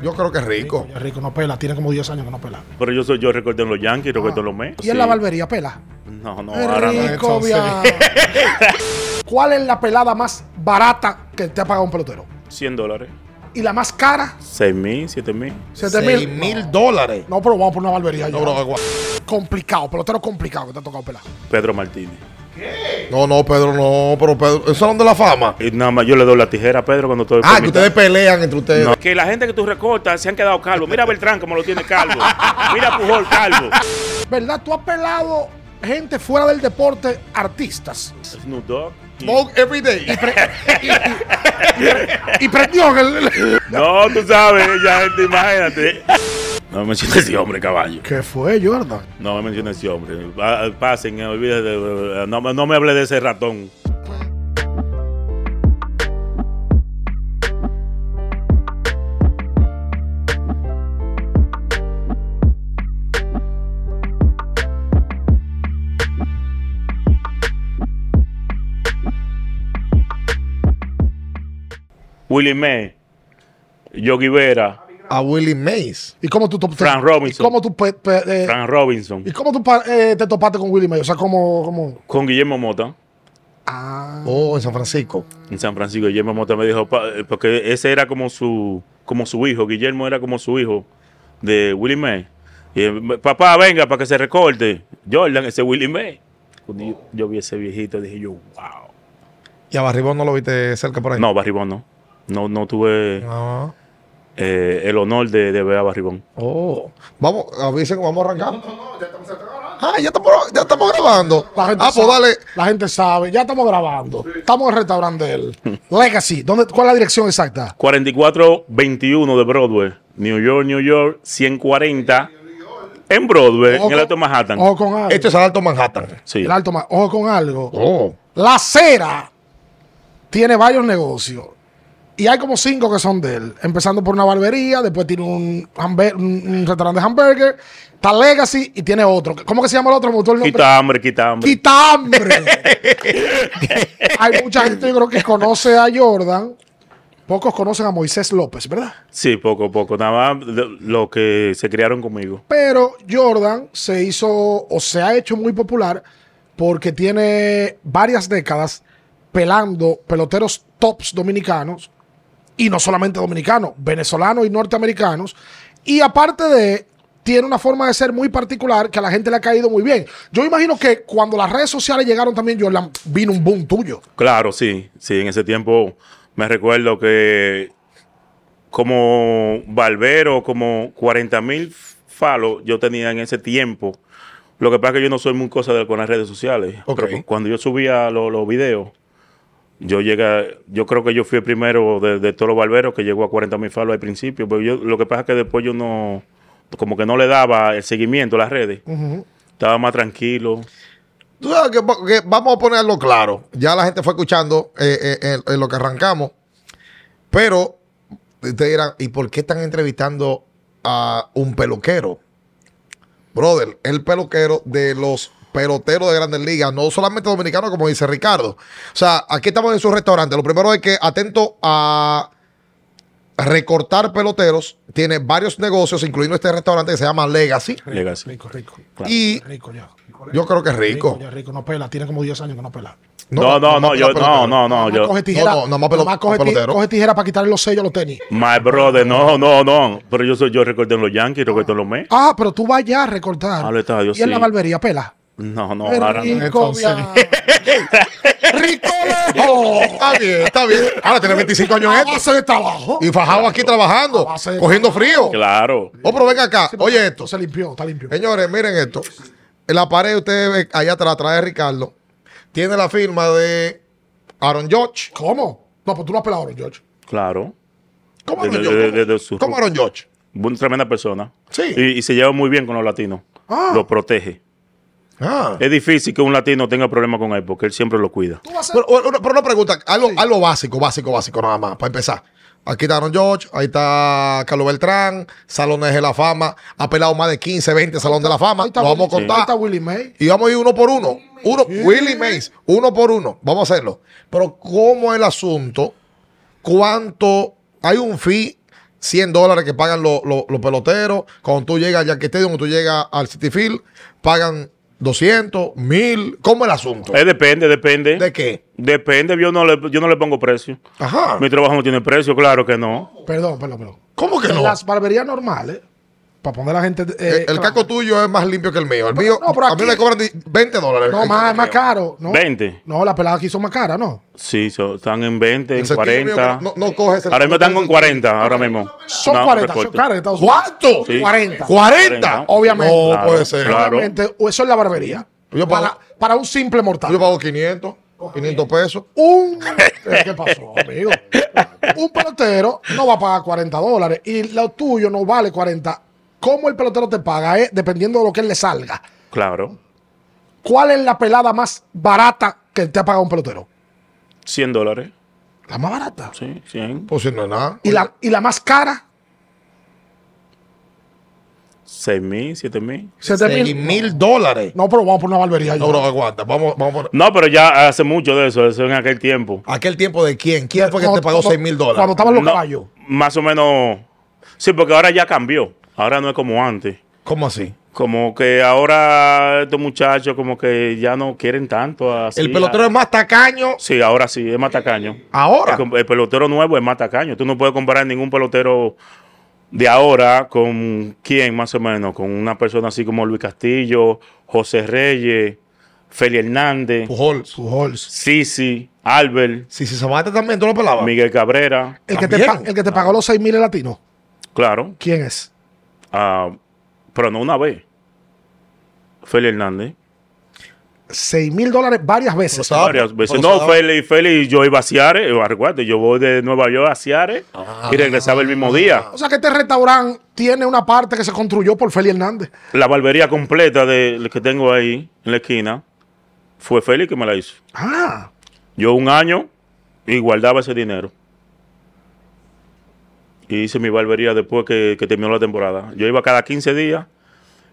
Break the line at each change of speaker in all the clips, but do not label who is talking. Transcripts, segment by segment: Yo creo que es rico.
Ya rico, no pela, tiene como 10 años que no pela.
Pero yo soy yo recorté en los Yankees, recorté en los Mets.
Ah. Y en la barbería, pela.
No, no,
Qué
Oh, ahora no.
rico,
entonces.
via. ¿Cuál es la pelada más barata que te ha pagado un pelotero?
100 dólares.
¿Y la más cara?
6 mil, 7 mil.
7
Seis
mil.
mil dólares.
No, pero vamos por una barbería.
No,
ya.
bro, que gua-
Complicado, pelotero complicado que te ha tocado pelar.
Pedro Martínez.
no, no, Pedro, no, pero Pedro, el salón de la fama.
Y nada más yo le doy la tijera a Pedro cuando
Ah,
estoy. por
que
mitad.
ustedes pelean entre ustedes.
No. Que la gente que tú recortas se han quedado calvos. Mira a Beltrán como lo tiene calvo. Mira a Pujol calvo.
¿Verdad? Tú has pelado gente fuera del deporte, artistas.
Snoop Dogg. y-
Smoke every day.
Y prendió en el.
No, tú sabes, ya gente, imagínate. No me menciones ese hombre, caballo.
¿Qué fue, Jordan?
No me menciones ese hombre. Pa- Pasen, eh, olvídate. eh, No, me- no me hable de ese ratón. Willie May, Yogi Vera,
A Willie Mays.
¿Y cómo tú te-
Frank
y
Robinson.
cómo tú pe- pe- eh,
Frank Robinson,
¿Y cómo tú pa- eh, te topaste con Willy May? O sea, como. como
con Guillermo Mota.
ah.
Oh, en San Francisco.
en San Francisco. Guillermo Mota me dijo, pa- eh, porque ese era como su, como su hijo, Guillermo era como su hijo de Willie May. Y, eh, papá, venga para que se recorte. Jordan, ese Willie May. Cuando yo, yo vi ese viejito, dije yo, wow.
¿Y a Barribón no lo viste cerca por ahí? Ah.
No, Barribón no. No, no tuve
No.
eh, el honor de, de ver a Barribón.
Oh. Vamos, avisen, vamos a arrancar. No, no, ya estamos, ya estamos grabando.
La gente,
Ah, pues
sabe,
dale.
la gente sabe, ya estamos grabando. Estamos en el restaurante de él. Legacy, ¿dónde, ¿cuál es la dirección exacta?
4421 de Broadway, New York, New York, 140 en Broadway, en el Alto Manhattan.
Ojo con algo.
Esto es al Alto Manhattan.
Este
Sí.
El alto Ma- ojo con algo.
Oh.
La cera tiene varios negocios. Y hay como cinco que son de él. Empezando por una barbería, después tiene un, hambe- un- un restaurante de hamburger. Está Legacy y tiene otro. ¿Cómo que se llama el otro? Me gustó el nombre.
Quita hambre, quita hambre.
Quitambre. hay mucha gente, yo creo, que conoce a Jordan. Pocos conocen a Moisés López, ¿verdad?
Sí, poco a poco. Nada más de- lo que se criaron conmigo.
Pero Jordan se hizo o se ha hecho muy popular porque tiene varias décadas pelando peloteros tops dominicanos y no solamente dominicanos, venezolanos y norteamericanos. Y aparte de, tiene una forma de ser muy particular que a la gente le ha caído muy bien. Yo imagino que cuando las redes sociales llegaron también, Jordan, vino un boom tuyo.
Claro, sí. Sí, en ese tiempo me recuerdo que como barbero, como 40 mil falos yo tenía en ese tiempo. Lo que pasa es que yo no soy muy cosa de, con las redes sociales.
Ok.
Pero cu- cuando yo subía lo- los videos, yo llegué, yo creo que yo fui el primero de, de todos los barberos que llegó a 40 mil falos al principio. Pero yo, lo que pasa es que después yo no, como que no le daba el seguimiento a las redes. Estaba más tranquilo.
Tú sabes que, va- que vamos a ponerlo claro. Ya la gente fue escuchando eh, eh, en- en lo que arrancamos. Pero ustedes dirán, ¿y por qué están entrevistando a un peluquero? Brother, el peluquero de los peloteros de grandes ligas, no solamente dominicanos, como dice Ricardo. O sea, aquí estamos en su restaurante. Lo primero es que atento a recortar peloteros. Tiene varios negocios, incluyendo este restaurante que se llama Legacy.
Llega así.
Rico, rico.
Y
Rico ya.
yo creo que es rico.
ya, rico, no pela. Tiene como 10 años que no pela.
No, no, no,
más
yo,
pelotero.
no, no, no,
Nada más
yo.
coge tijera,
No, no, nada más
nada
pelo-
más coge, ti-
pelotero.
coge tijera para quitarle los sellos a los tenis.
My brother, no, no, no. Pero yo soy, yo recorté en los Yankees, recorté en los Mets.
Ah, pero tú vas ya a recortar.
Ah,
Al estadio,
y en la
sí.
barbería, pela.
No, no,
Pero
ahora no.
rico,
entonces.
via. rico Oh. lejos.
Está bien, está bien. Ahora tiene 25 años
A
esto.
base de trabajo.
Y fajado aquí trabajando,
Ah, A base de-
cogiendo frío.
Claro.
Oh, pero venga acá. Oye esto.
Se limpió, está limpio.
Señores, miren esto. En la pared ustedes ven, allá atrás, atrás de Ricardo, tiene la firma de Aaron George.
¿Cómo? No, pues tú no has pelado, George.
Claro.
¿Cómo
De-
Aaron
de-
George?
de- de su-
¿Cómo Aaron George?
Una tremenda persona.
Sí.
Y, y se lleva muy bien con los latinos.
Ah.
Lo protege.
Ah.
Es difícil que un latino tenga problemas con él porque él siempre lo cuida.
Tú vas a
Pero, una, pero una pregunta, algo, algo básico, básico, básico nada más, para empezar. Aquí está Aaron George, ahí está Carlos Beltrán, Salones de la Fama, ha pelado más de 15, 20 Salón de la Fama, lo
Ahí está
vamos a
Willy- ahí
contar.
está Willy May.
Y vamos a ir uno por uno. Uno, Willie Mays, uno por uno. Vamos a hacerlo. Pero, ¿cómo el asunto? ¿Cuánto hay un fee 100 dólares que pagan lo- lo- los peloteros. Cuando tú llegas al Yankee Stadium, cuando tú llegas al City Field, pagan 200, 1000. ¿Cómo es el asunto?
Eh, depende, depende.
¿De qué? Ah.
Depende, yo no, le, yo no le pongo precio.
Ajá.
Mi trabajo no tiene precio, claro que no.
Perdón, perdón, perdón.
¿Cómo que
En
no?
las barberías normales, para poner a la gente. eh,
Eh, el
claro.
caco tuyo es más limpio que el mío. El mío,
no, pero
a mí
aquí-
me cobran di- 20 dólares.
No,
El
más,
caco
más
mío.
caro. ¿no?
20.
No, las peladas aquí son más caras, ¿no?
Sí, so- están en 20,
El
en
sentido mío
40.
que no, no coges el-
ahora mismo están
no
con
coges
40, ahora mismo.
Son
No,
40, son
recorte.
caras de Estados Unidos.
¿Cuánto?
Sí.
40.
40.
Obviamente.
No
Claro,
puede ser.
claro.
Obviamente, o eso es la barbería.
Yo pago-
para, para un simple mortal.
Yo pago 500, 500 pesos.
un. ¿Qué pasó, amigo? Un pelotero no va a pagar 40 dólares y lo tuyo no vale 40. ¿Cómo el pelotero te paga? Eh? Dependiendo de lo que él le salga.
Claro.
¿Cuál es la pelada más barata que te ha pagado un pelotero?
100 dólares.
La más barata.
Sí, 100.
Pues si no es nada.
¿Y la, y la más cara?
6 mil, 7 mil.
¿Siete mil?
mil dólares.
No, pero vamos por una barbería.
No,
ya.
no, aguanta. Vamos, vamos a poner-
No, pero ya hace mucho de eso, eso en aquel tiempo.
¿Aquel tiempo de quién? ¿Quién fue que te
Cuando-
pagó
cuando-
6 mil
Cuando
dólares?
estaban los
No,
caballos.
Más o menos. Sí, porque ahora ya cambió. Ahora no es como antes.
¿Cómo así?
Como que ahora estos muchachos como que ya no quieren tanto así.
El pelotero es más tacaño
Sí, ahora sí, es más tacaño.
ahora.
El, el pelotero nuevo es más tacaño. Tú no puedes comparar ningún pelotero de ahora con quién, más o menos, con una persona así como Luis Castillo, José Reyes, Feli Hernández,
Pujols.
Pujols.
Sisi, Albert,
Si se Sabate también, tú lo pelabas.
Miguel Cabrera,
El que, te,
También.
pa- el que te pagó los 6 mil latino.
claro,
¿Quién es?
ah, pero no una vez. Feli Hernández.
6 mil dólares varias veces.
Pero Ah,
varias veces.
pero
No,
sabe-
Feli, Feli, yo iba a Ciares, eh, acuérdate, yo voy de Nueva York a Ciares y regresaba el mismo día.
O sea que este restaurante tiene una parte que se construyó por Feli Hernández.
La barbería completa de, que tengo ahí en la esquina fue Feli que me la hizo.
Ah,
Yo un año y guardaba ese dinero. Y hice mi barbería después que, que terminó la temporada. Yo iba cada 15 días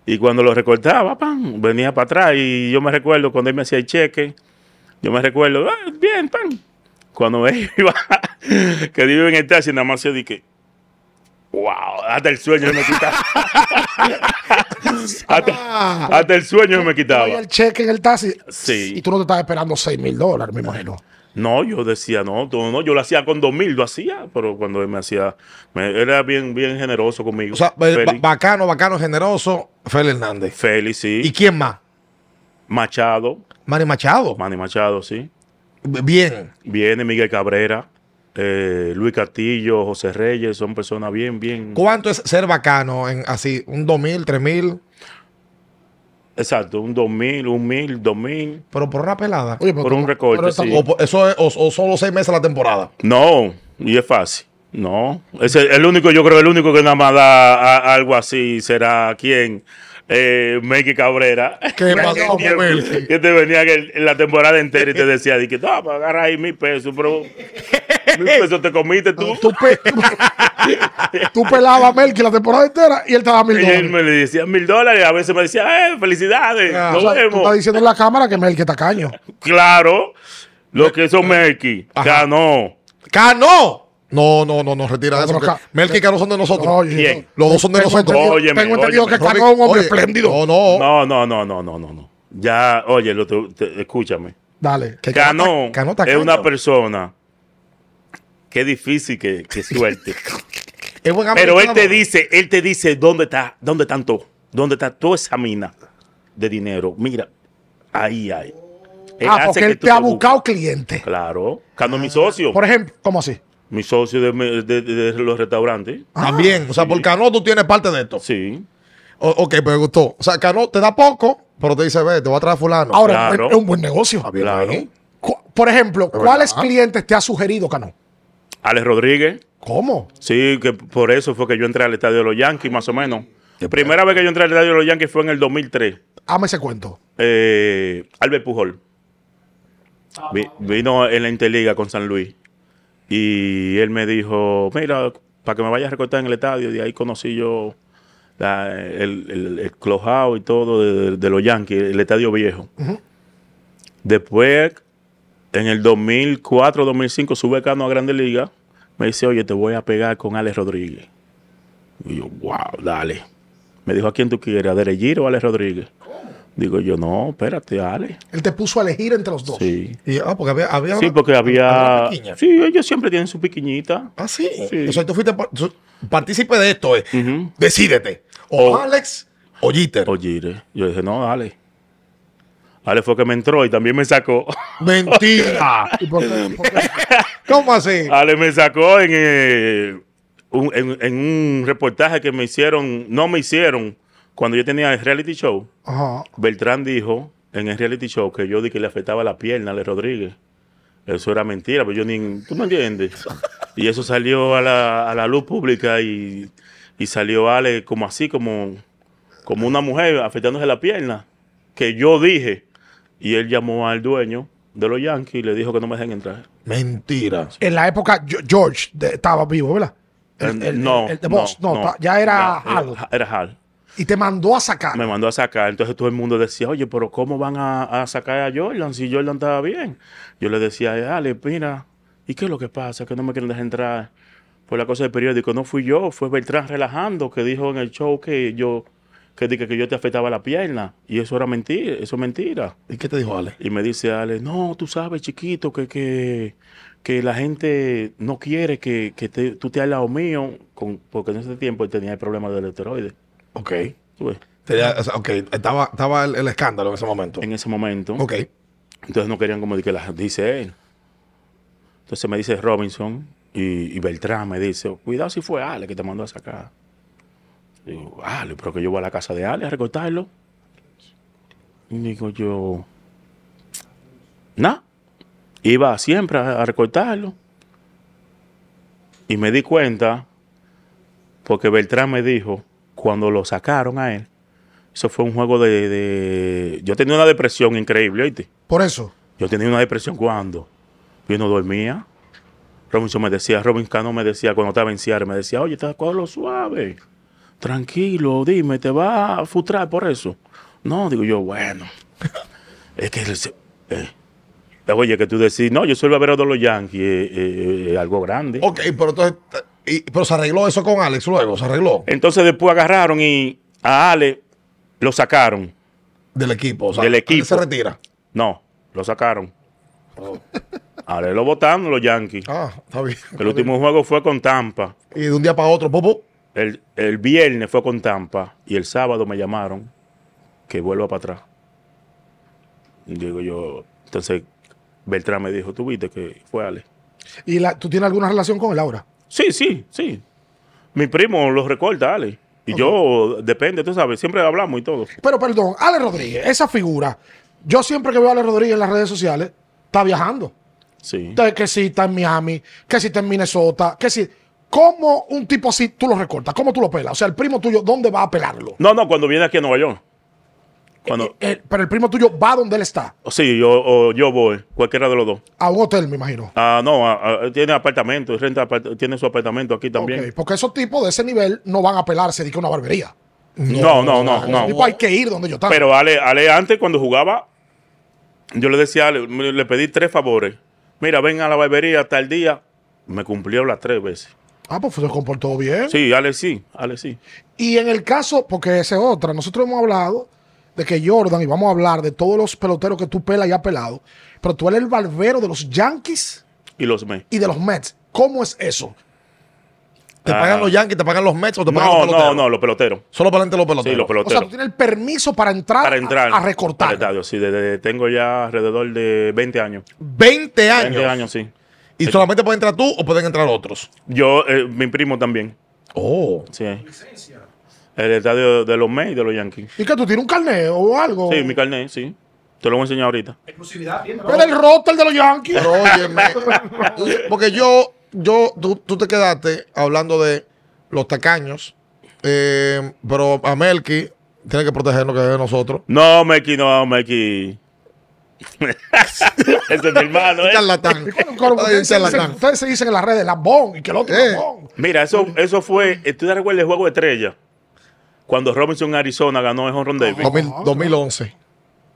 y cuando lo recortaba, ¡pam! venía para atrás. Y yo me recuerdo cuando él me hacía el cheque, yo me recuerdo, "Ah, bien, pan. Cuando él iba, que él iba en el taxi, nada más yo dije, wow, hasta el sueño se me quitaba. hasta, hasta el sueño se me quitaba.
Oye, el cheque en el taxi.
Sí.
Y tú no te estás esperando 6 mil dólares, me imagino.
No, yo decía, no, tú no, yo lo hacía con dos mil, lo hacía, pero cuando él me hacía, me- era bien, bien generoso conmigo.
O sea, eh,
Félix,
ba- bacano, bacano, generoso, Feli Hernández.
Félix, sí.
¿Y quién más?
Machado,
Manny Machado.
Manny Machado, sí.
Bien.
Viene Miguel Cabrera, eh, Luis Castillo, José Reyes, son personas bien, bien.
¿Cuánto es ser bacano en así? ¿Un 2000, 3000?
Exacto, un dos mil, un mil, dos mil,
Pero por una pelada.
Oye, pero
por
tú-
un recorte,
pero esta-
sí.
O, po- eso es- o, o son los seis meses de la temporada.
No, y es fácil. No, es el, el único, yo creo, el único que nada más da a- algo así será quien, eh, Meki Cabrera.
¿Qué pasó con Melky?
Que te venía en el- en la temporada entera y te decía, di que no, pues agarra ahí mil pesos, pero mil pesos te comiste tú.
Tú, pe- tú pelabas a Melky la temporada entera y él te daba mil
Y él
dólares.
me le decía mil dólares, a veces me decía, eh, felicidades,
Ah,
O
nos
sea, tú estás
vemos.
diciendo en la cámara que Melky está caño.
Claro, lo que son Melky,
Ajá.
ya no.
¡Cano! No, no, no, no, retira eso.
pero
que
Ca-
Melky y Cano son de nosotros.
Oye,
Bien.
Los dos son de
tengo
nosotros.
entendido,
Óyeme,
tengo entendido
óyeme.
que Cacao es un hombre espléndido.
No, no.
No, no, no, no, no, no, no. Ya, oye, lo te- te- escúchame.
Dale.
Que
Cano,
Cano está- Cano está
es una
caño.
persona que es difícil que, que suelte.
Es buen
Pero él te
americano.
dice, él te dice dónde está, dónde están todo, dónde está toda esa mina de dinero. Mira, ahí hay. Él
ah,
hace
porque
que
él
tú
te ha
busques.
buscado clientes.
Claro. Cano es mi socio.
Por ejemplo, ¿cómo así?
Mi socio de, me- de- de- de los restaurantes.
También, o sea, por Cano tú tienes parte de esto.
Ah, Sí.
O- ok, me gustó. O sea, Cano te da poco, pero te dice, ve, te voy a traer a fulano.
Ahora,
Claro.
es un buen- es un buen negocio. ¿Eh?
Bien
claro.
ahí.
Cu- Por ejemplo,
verdad.
¿cuáles clientes te ha sugerido Cano?
Alex Rodríguez.
¿Cómo?
Sí, que por eso fue que yo entré al estadio de los Yankees, más o menos. La primera vez que yo entré al estadio de los Yankees fue en el 2003.
Hame ese cuento.
eh, Albert Pujol. Vi- vino en la Interliga con San Luis. Y él me dijo, mira, para que me vayas a recortar en el estadio. De ahí conocí yo la- el, el, el clubhouse y todo de, de los Yankees, el estadio viejo. Después, en el 2004-2005, sube Cano a Grande Liga. Me dice, oye, te voy a pegar con Alex Rodríguez. Y yo, wow, dale. Me dijo, ¿a quién tú quieres? ¿A Derellir o a Alex Rodríguez? Digo yo, no, espérate, Alex.
Él te puso a elegir entre los dos.
Sí.
Y, ah, porque había. había
Sí,
una-
porque había.
una piquiña.
Sí, ellos siempre tienen su piquiñita.
Ah, sí.
Sí.
O sea, tú fuiste par- tú- partícipe de esto. eh.
Ujú.
Decídete. O,
O-
Alex o Jeter.
Oye, Ire, yo dije, no, dale. Ale fue que me entró y también me sacó.
Mentira.
Ah.
¿Y por qué? ¿Por qué?
¿Cómo así?
Ale me sacó en, eh, un, en- en un reportaje que me hicieron, no me hicieron, cuando yo tenía el reality show.
Ajá.
Beltrán dijo en el reality show que yo di que le afectaba la pierna a Ale Rodríguez. Eso era mentira, pero yo ni. ¿Tú me entiendes? Y eso salió a la, a la luz pública y, y salió Ale como así, como, como una mujer afectándose la pierna, que yo dije. Y él llamó al dueño de los Yankees y le dijo que no me dejen entrar.
Mentira.
En la época, Yo- George de- estaba vivo, ¿verdad? El, el-
no,
el de Boss. No, ta- ya era algo.
Era, era Hal.
Y te mandó a sacar.
Me mandó a sacar. Entonces todo el mundo decía, oye, pero ¿cómo van a, a sacar a Jordan si Jordan estaba bien? Yo le decía, Ale, mira, ¿y qué es lo que pasa? Que no me quieren dejar entrar por la cosa del periódico. No fui yo, fue Beltrán relajando que dijo en el show que yo que dije que yo te afectaba la pierna. Y eso era mentira, eso es mentira.
¿Y qué te dijo Alex?
Y me dice Ale, no, tú sabes, chiquito, que, que, que la gente no quiere que, que te- tú te al lado mío, con, porque en ese tiempo él tenía el problema del esteroide.
Ok.
tú ves,
Tenía- o sea, ok, estaba, estaba el, el escándalo en ese momento.
En ese momento.
Ok.
Entonces no querían como de que la dice él. Entonces me dice Robinson y, y Beltrán me dice, cuidado si fue Ale que te mandó a sacar. Digo, Ale, pero que yo voy a la casa de Ale a recortarlo. Y digo yo, nada. Iba siempre a, a recortarlo. Y me di cuenta, porque Beltrán me dijo, cuando lo sacaron a él, eso fue un juego de... de- Yo tenía una depresión increíble, ¿oíste?
Por eso.
Yo tenía una depresión cuando yo no dormía. Robinson me decía, Robin Cano me decía cuando estaba en Seattle, me decía, oye, estás con lo suave. Tranquilo, dime, ¿te vas a frustrar por eso? No, digo yo, bueno. es que, el se- eh, oye, que tú decís, no, yo soy el babero de los Yankees, eh, eh, eh, algo grande.
Ok, pero entonces. y- pero se arregló eso con Alex luego, se arregló
Entonces después agarraron y a Ale lo sacaron.
del equipo. O sea,
Del
Alex
equipo.
se retira.
No, lo sacaron. A Ale lo votaron los Yankees.
Oh. Ah, está bien.
El último juego fue con Tampa.
Y de un día para otro, popo.
El, el viernes fue con Tampa y el sábado me llamaron que vuelva para atrás. Y Digo yo, entonces Beltrán me dijo, ¿tú viste que fue Ale?
¿Y la- tú tienes alguna relación con él ahora?
Sí, sí, sí. Mi primo los recorta, Ale. Y yo, depende, tú sabes, siempre hablamos y todo.
Pero perdón, Ale Rodríguez, esa figura. Yo siempre que veo a Ale Rodríguez en las redes sociales, está viajando.
Sí.
Entonces, que si está en Miami, que si está en Minnesota, que si. ¿Cómo un tipo así tú lo recortas? ¿Cómo tú lo pelas? O sea, el primo tuyo, ¿dónde va a pelarlo?
No, no, cuando viene aquí a Nueva York. Cuando,
Eh, pero el primo tuyo va donde él está,
sí, yo, o yo voy, cualquiera de los dos.
a un hotel, me imagino.
Ah, no, ah, ah, tiene apartamento, renta, apart- tiene su apartamento aquí también.
Ok, porque esos tipos de ese nivel no van a pelarse de que una barbería.
No, no, no,
Esos
no.
tipos hay que ir donde yo estaba.
Pero Ale, Ale antes cuando jugaba, yo le decía, a Ale, mire, le pedí tres favores. Mira, ven a la barbería hasta el día. Me cumplió las tres veces.
ah, pues se comportó bien.
Sí, Ale sí, Ale sí.
Y en el caso, porque esa es otra, nosotros hemos hablado de que Jordan, y vamos a hablar de todos los peloteros que tú pelas y has pelado, pero tú eres el barbero de los Yankees
Y los me.
y de los Mets. ¿Cómo es eso?
¿Te
Ah.
pagan los Yankees, te pagan los Mets o te pagan
No,
los
no,
peloteros?
no, los peloteros.
Solo para adelante los
Sí,
peloteros.
los
O sea,
peloteros.
tú tienes el permiso para entrar,
para entrar
a, a recortar.
al estadio, sí, desde- tengo ya alrededor de 20 años.
20 años.
20 años, sí.
Y solamente pueden entrar tú o pueden entrar otros.
Yo, eh, mi primo también,
Oh.
sí. El estadio de los Mets y de los Yankees.
Y que tú tienes un carnet o algo.
Sí, mi carnet, sí. Te lo voy a enseñar ahorita.
Exclusividad tiene,
Pero el roster de los Yankees.
Pero óyeme, eh, porque yo, yo, tú, tú te quedaste hablando de los tacaños, eh, pero a Melky tiene que protegernos que es de nosotros.
No, Meki, no, Meki. Ese es mi hermano, ¿eh?
Charlatán.
¿Y cuándo- cuándo-
Ay,
ustedes, se dicen,
Charlatán.
ustedes se dicen en las redes Lambón y que el otro
Eh.
Lambón.
Mira, eso, eso fue, eh, ¿tú te recuerdas el juego de estrella? Cuando Robinson Arizona ganó el Honron Davis.
2000 2011.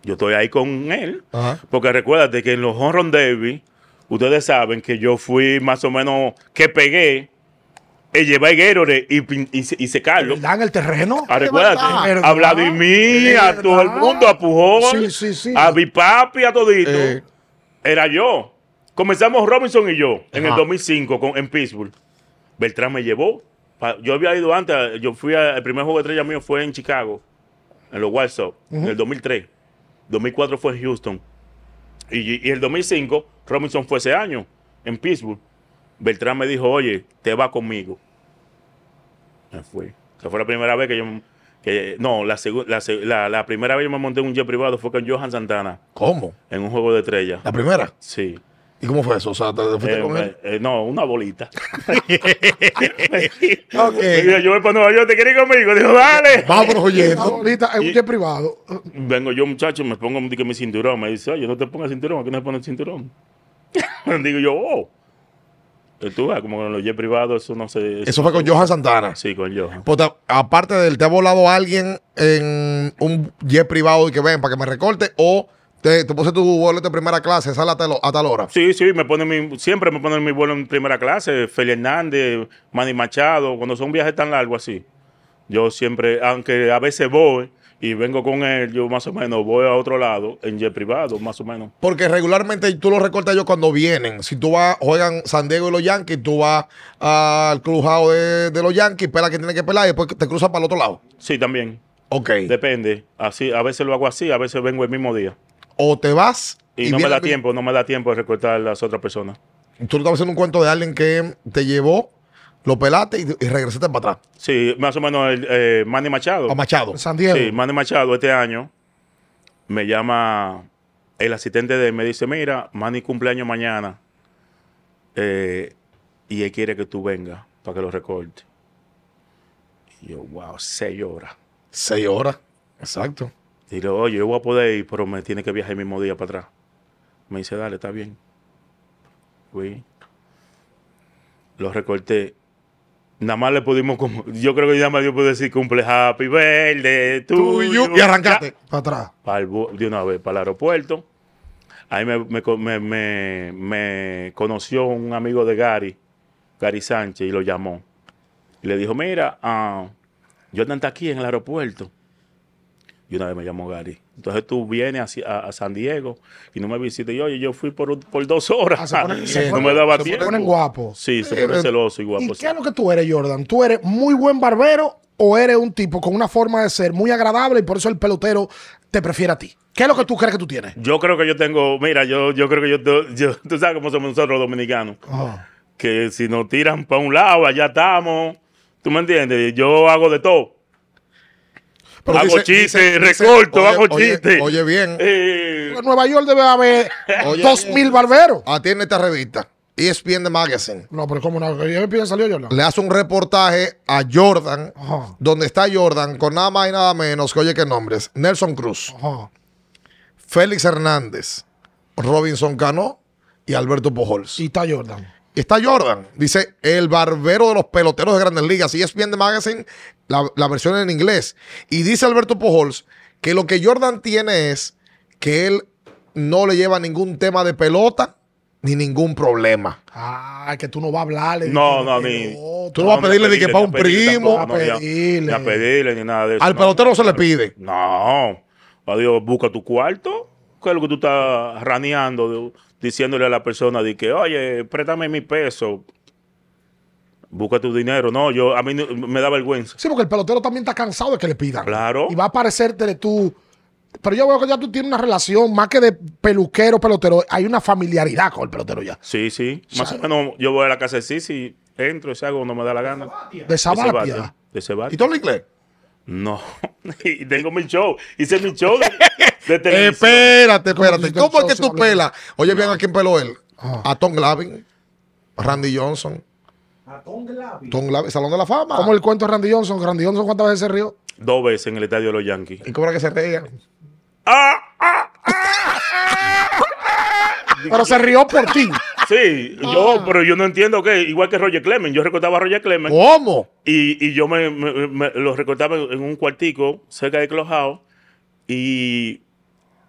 Yo estoy ahí con él.
Ajá.
Porque recuérdate que en los Honron Davis, ustedes saben que yo fui más o menos que pegué el llevar el Gatorade y, pin- y, se- y secarlo.
¿Verdad? En el terreno.
Ah, recuérdate,
¿Verdad?
a Vladimir, a
¿Verdad?
todo el mundo, a
Sí,
Pujol,
sí, sí.
a mi papi, a todito.
Eh.
Era yo. Comenzamos Robinson y yo en el
Ajá.
2005 con, en Pittsburgh. Beltrán me llevó. pa- yo había ido antes, yo fui a- el primer juego de estrella mío fue en Chicago, en los White Sox, en el 2003. 2004 fue en Houston. Y, y el 2005, Robinson fue ese año en Pittsburgh. Beltrán me dijo, oye, te va conmigo. Me fui. Esa fue la primera vez que yo... que- no, la, segu- la se- la- la primera vez que yo me monté en un jet privado fue con Johan Santana
¿Cómo?
en un juego de estrellas.
¿La primera?
Sí.
¿Y cómo fue eso? O sea, ¿te fuiste
Eh,
con él?
eh, eh, no, una bolita. eh.
Ok.
Me dijo, yo voy para Nueva York, ¿te quieres ir conmigo? Dijo, dale.
Vamos por los
Ah,
oyentes.
Ahorita, en un
Y-
jet privado.
Vengo yo, muchacho, me pongo di que mi cinturón. Me dice, oye, no te pongas cinturón, aquí no se pone el cinturón. Digo yo, oh. Pero tú ves, como con los jet privados, eso no se.
Eso fue con Johan Santana.
Sí, con Johan.
Pues, ta- aparte del te ha volado alguien en un jet privado y que ven para que me recorte o te, te puse tu boleto de primera clase, sale a tal, a tal hora.
Sí, sí, me ponen mi, siempre me ponen mi vuelo en primera clase. Feli Hernández, Manny Machado, cuando son viajes tan largos así. Yo siempre, aunque a veces voy y vengo con él, yo más o menos voy a otro lado en jet privado, más o menos.
Porque regularmente tú lo recortas ellos cuando vienen. Si tú vas, juegan San Diego y los Yankees, tú vas al crujado de, de los Yankees, pela que tiene que pelar y después te cruzas para el otro lado.
Sí, también.
Ok.
Depende. Así, a veces lo hago así, a veces vengo el mismo día.
o te vas
Y, no me
viene-
da tiempo, no me da tiempo de recortar a las otras personas.
Tú le estabas haciendo un cuento de alguien que te llevó, lo pelaste y, y regresaste para atrás.
Sí, más o menos el, eh, Manny Machado.
A Machado.
San Diego.
Sí, Manny Machado este año me llama el asistente de él, me dice, mira, Manny cumpleaños mañana eh, y él quiere que tú vengas para que lo recorte. Y yo, wow, seis horas.
Seis horas. Exacto.
Digo, oye, yo voy a poder ir, pero me tiene que viajar el mismo día para atrás. Me dice, dale, está bien. Fui. Lo recorté. Nada más le pudimos, como, yo creo que nada más yo puedo decir cumple happy birthday,
Tú y yo. Y arrancaste.
eh, Para atrás.
pa'l bu- de una vez para el aeropuerto. Ahí me, me co- me- me- me conoció un amigo de Gary, Gary Sánchez, y lo llamó. Y le dijo, mira, ah, Jordan está aquí en el aeropuerto. Y una vez me llamó Gary. Entonces tú vienes hacia- a, a San Diego y no me visitas. Y oye, yo fui por, un- por dos horas.
Ah, se ponen- se
no
ponen-
me daba
se
Se
tiempo.
ponen guapos.
Sí, se pone celoso y guapo.
eh, ¿Y
sí.
qué es lo que tú eres, Jordan? ¿Tú eres muy buen barbero o eres un tipo con una forma de ser muy agradable y por eso el pelotero te prefiere a ti? ¿Qué es lo que tú crees que tú tienes?
Yo creo que yo tengo, mira, yo, yo creo que yo, te- yo, tú sabes cómo somos nosotros los dominicanos.
Ah.
que si nos tiran para un lado, allá estamos. ¿Tú me entiendes? Yo hago de todo. hago
dice- dice-
chistes,
dice-
recorto,
oye,
hago
oye,
chistes.
Oye, bien,
Eh,
En Nueva York debe haber
Oye,
dos
oye.
mil barberos.
atiende esta revista. E ESPN de Magazine.
No, pero ¿cómo no? Yo me pienso salió Jordan.
Le hace un reportaje a Jordan,
Ajá.
donde está Jordan, con nada más y nada menos que oye qué nombres. Nelson Cruz,
Ajá.
Félix Hernández, Robinson Cano y Alberto Pujols.
Y está Jordan.
Está Jordan, dice el barbero de los peloteros de Grandes Ligas. E Y es bien de Magazine, la, la versión en inglés. Y dice Alberto Pujols que lo que Jordan tiene es que él no le lleva ningún tema de pelota ni ningún problema.
Ah, que tú no vas a hablarle.
No,
de-
no,
de
ni-
otro.
Tú no vas a
ni
pedirle de que
ni
pa' un
pedirle
primo.
tampoco,
A
no, ni
pedirle.
Ni a pedirle, ni nada de eso.
Al
no.
pelotero se le pide.
No. Adiós, busca tu cuarto. ¿Qué es lo que tú estás raneando? de- diciéndole a la persona de que, oye, préstame mi peso. Busca tu dinero. No, yo a mí no- me da vergüenza.
Sí, porque el pelotero también está cansado de que le pidan.
Claro.
Y va a parecerte de tú. Pero yo veo que ya tú tienes una relación más que de peluquero, pelotero. Hay una familiaridad con el pelotero ya.
Sí, sí. Más o menos yo voy a la casa de Sisi, entro, si hago, no me da la gana.
De Sabatia.
De Sebastián.
¿Y todo el inglés?
No, y tengo mi show, hice mi show de, de televisión.
Espérate,
¿Cómo
espérate.
tú dices
¿Cómo es que
entonces,
tú
Pablo?
pelas? Oye, bien, ¿a quién peló él?
Ajá.
A Tom Glavin, a Randy Johnson. ¿A Tom Glavin? Tom Glavin, Salón de la Fama.
Como el cuento de Randy Johnson. Randy Johnson, ¿cuántas veces se rió?
Dos veces en el estadio de los Yankees.
¿Y cómo era que se reía?
¡Ah! ah,
Pero se rió por ti.
Sí, yo, pero yo no entiendo que, igual que Roger Clemens, yo recortaba a Roger Clemens
¿Cómo?
y, y yo me, me- me- lo recortaba en un cuartico cerca de Clubhouse y,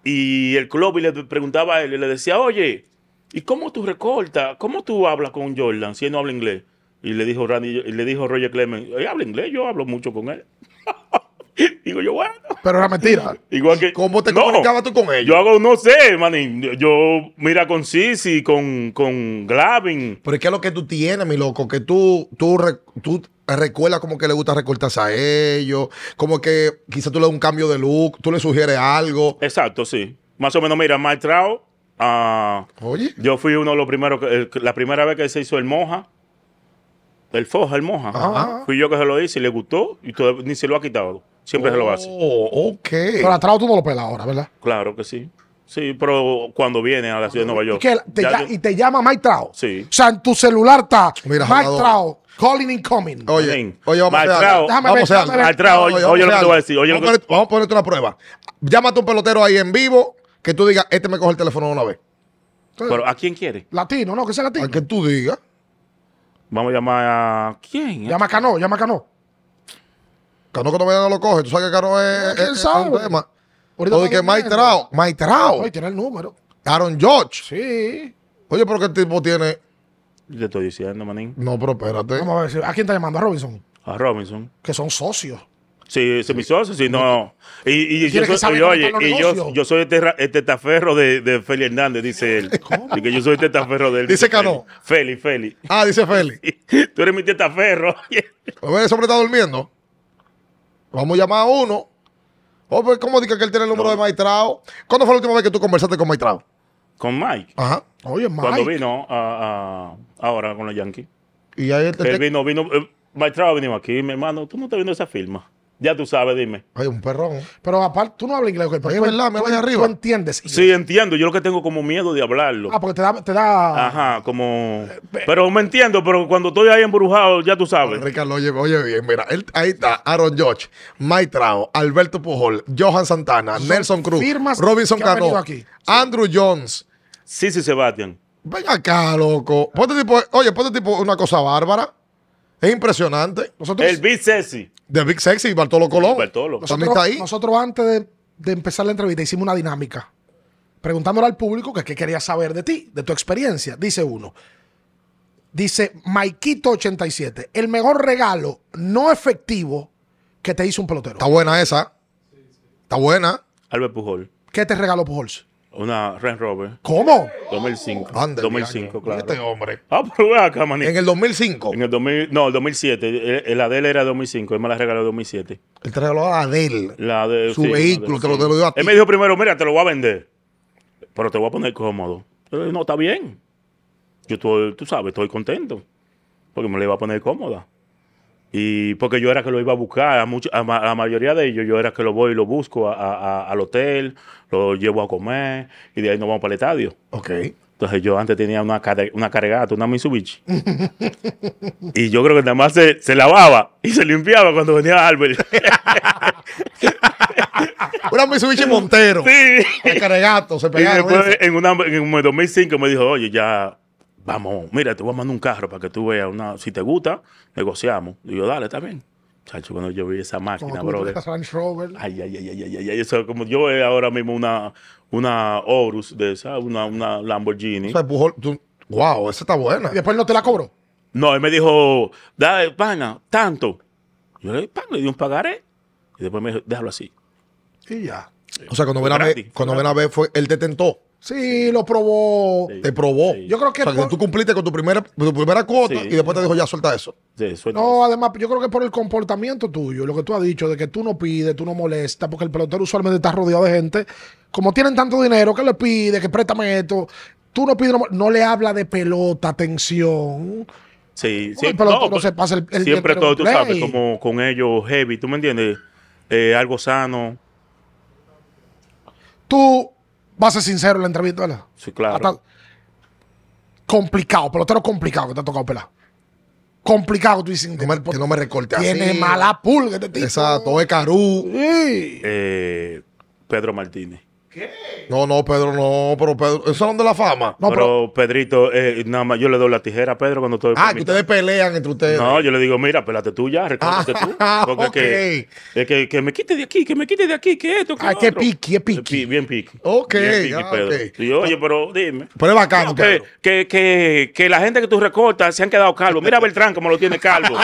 y el club y le preguntaba a él, y le decía, oye, ¿Y cómo tú recortas? ¿Cómo tú hablas con Jordan si él no habla inglés? Y le dijo Randy, y le dijo Roger Clemens, él habla inglés, yo hablo mucho con él. Digo yo, bueno.
Pero era mentira.
Igual que,
¿Cómo te
No,
comunicabas tú con
Yo
ellos?
hago, no sé, manín. Yo, yo, mira con Sisi, con, con Glavin.
Pero es que es lo que tú tienes, mi loco, que tú, tú, re- tú recuerdas como que le gusta recortarse a ellos, como que quizás tú le das un cambio de look, tú le sugieres algo.
Exacto, sí. Más o menos, mira, Maltrao. ah,
Oye,
yo fui uno de los primeros, que- el- la primera vez que se hizo el Moja. El Foja, el Moja.
Ajá.
Fui yo que se lo hice y le gustó y todavía ni se lo ha quitado. Siempre se lo hace.
Oh, ok.
Pero atrás tú no lo pelas ahora, ¿verdad?
Claro que sí. Sí, pero cuando viene a la ciudad de Nueva
Y,
York.
que te
ya
lla-
yo-
y te llama Mike Trout.
Sí.
O sea, en tu celular está
Mira,
Mike
jugador. Oh.
Trout, calling and coming.
Oye,
Amén.
oye, vamos a hacer
Maltrao.
algo. Vamos
Déjame
a
ver,
hacer
déjame
algo.
ver.
Maltrao, oye,
vamos
oye lo que
hacer
te voy a
algo.
decir, oye lo
vamos, a
que-
poner- vamos a ponerte una prueba. Llámate a un pelotero ahí en vivo que tú digas, este me coge el teléfono de una vez.
Pero ¿a quién quiere?
Latino, no, que sea latino.
Al que tú digas.
Vamos a llamar a. ¿Quién?
Llama a Cano, llama a Cano.
Cano que no no lo coge. Tú sabes que Cano es,
¿Quién
es- es
sabe?
un tema.
Ahorita
o Oh, de que
está
Mike
durmiendo.
Trout, Mike Trout,
Oye, tiene el número.
Aaron George.
Sí.
Oye, pero que el tipo tiene.
Te estoy diciendo, manín.
No, pero espérate.
Vamos a ver, si- ¿a quién está llamando? A Robinson,
A Robinson.
que son socios.
Sí, se me hizo eso, sí, no. Y, y- y yo
Tienes que
soy,
saber
y
cómo
oye,
están los
y yo,
negocios.
yo soy este el, terra- el testaferro de, de Feli Hernández, dice él. Y que yo soy el testaferro de él.
Dice
que
Cano.
Feli, Feli.
Ah, dice Félix.
Tú eres mi testaferro.
A ver, ese hombre está durmiendo. Vamos a llamar a uno. Oh, pues, ¿cómo dice que él tiene el número de Mike Trout? ¿Cuándo fue la última vez que tú conversaste con Mike Trout?
con Mike.
Ajá.
Oye, Mike.
Cuando vino a, a- ahora con los Yankees.
Y ahí él te-
Él vino, vino. eh, Mike Trout vino aquí, mi hermano. Tú no estás viendo esa firma. Ya tú sabes, dime.
Ay, un perrón.
Pero aparte, tú no hablas inglés. pero
Es
tú-
verdad, mira
tú-
allá arriba.
Tú entiendes. inglés.
Sí, entiendo. Yo lo que tengo como miedo de hablarlo.
Ah, porque te da... Te da
Ajá, como.
Eh,
Pero me entiendo, pero cuando estoy ahí embrujado, ya tú sabes.
Ricardo, oye, oye bien, mira, él- ahí está Aaron George, Mike Trout, Alberto Pujol, Johan Santana,
Son
Nelson Cruz,
firmas
Robinson
que han
Cano,
venido aquí.
Andrew Jones.
Sí, sí, Sebastián.
Ven acá, loco. Ponte tipo, oye, ponte tipo una cosa bárbara. Es impresionante.
Nosotros,
El Big Ceci.
De Big Sexy y Bartolo Colón.
Bartolo.
También está ahí.
nosotros antes de, de empezar la entrevista hicimos una dinámica. Preguntándole al público que qué quería saber de ti, de tu experiencia. Dice uno. Dice Maikito87. El mejor regalo no efectivo que te hizo un pelotero.
Está buena esa. Está buena.
Albert Pujol.
¿Qué te regaló Pujols?
Una Range Rover.
¿Cómo?
2005.
Ande,
2005,
diaño.
claro.
Este hombre.
Ah, pero ve acá, maní.
En el 2005,
En el 2000, no, el 2007. El- el- La de él era 2005. Él me la regaló en 2007.
él te regaló a Adele.
La de,
Su
sí, la de-
vehículo, te lo-
sí.
te lo dio a ti.
Él me dijo primero, mira, te lo voy a vender. Pero te lo voy a poner cómodo. Yo le dije, no, está bien. Yo estoy, tú sabes, estoy contento. Porque me lo iba a poner cómoda. Y porque yo era que lo iba a buscar. A, mucho- a ma- a la mayoría de ellos, yo era que lo voy y lo busco a- a- a- al hotel, lo llevo a comer y de ahí nos vamos para el estadio.
Ok.
Entonces yo antes tenía una, care- una cargata, una Mitsubishi. y yo creo que nada más se, se lavaba y se limpiaba cuando venía Albert.
Una Mitsubishi Montero.
sí.
El caregato, se
Y
pegaron.
después
eso.
en, una, en un 2005 me dijo, oye, ya vamos, mira, te voy a mandar un carro para que tú veas una, si te gusta, negociamos. Y yo, dale, está bien. Chacho, cuando yo vi esa
Como
máquina,
tú
brother.
tuvieras Range Rover.
Ay, ay, ay, ay, ay, ay, ay, eso es como yo veo ahora mismo una, una Horus de esa, una, una Lamborghini.
O sea, Pujol, tú- wow, esa está buena.
Y después no te la cobró.
No, él me dijo, dale, pana, tanto. Yo le, pan, le di un pagaré. Y después me dijo, déjalo así.
Y ya.
O sea, cuando ven a
Gratis,
ver, cuando ven a ver, fue, él te tentó,
Sí, lo probó.
Sí.
te probó.
Sí.
Yo creo que
o sea, que
por-
tú cumpliste con tu primera, tu primera cuota
Sí.
y después te dijo, ya suelta eso.
Sí, suelta eso.
No, además, yo creo que por el comportamiento tuyo, lo que tú has dicho, de que tú no pides, tú no molestas, porque el pelotero usualmente está rodeado de gente. Como tienen tanto dinero, que le pide, que préstame esto. Tú no pides, no, mol- no le habla de pelota, atención.
Sí,
el pelotero
pues,
se pasa el- el día
siempre
entero
todo,
en
tú
play.
sabes, como con ellos heavy, ¿tú me entiendes? Eh, algo sano,
Tú vas a ser sincero en la entrevista, ¿verdad?
sí, claro.
Hasta- complicado, pelotero complicado que te ha tocado pelar. Complicado, tú dices. "Este
Que, no me- que no me recorte así.
tiene mala pulga este tipo.
Exacto, es carú.
Sí.
Eh, Pedro Martínez.
No, no, Pedro, no, pero Pedro, el Salón de la Fama. Ah,
No,
pero, Pedrito, eh, nada más yo le doy la tijera a Pedro cuando estoy.
Ah,
por
que
mi-
ustedes pelean entre ustedes.
No, yo le digo, mira, pelate tú ya, recógete tú.
Ah,
Porque es que- es que, que me quite de aquí, que me quite de aquí, que esto, que
Ah,
lo
que
otro. Eh,
piqui, es piqui.
Pi- Bien piqui.
Ok,
Bien piqui,
ah,
Pedro.
ok. Ah,
Y yo, oye, pero dime.
Pero es bacano,
Que,
Pedro.
que, que, que la gente que tú recortas se han quedado calvos. Mira a Beltrán como lo tiene calvo.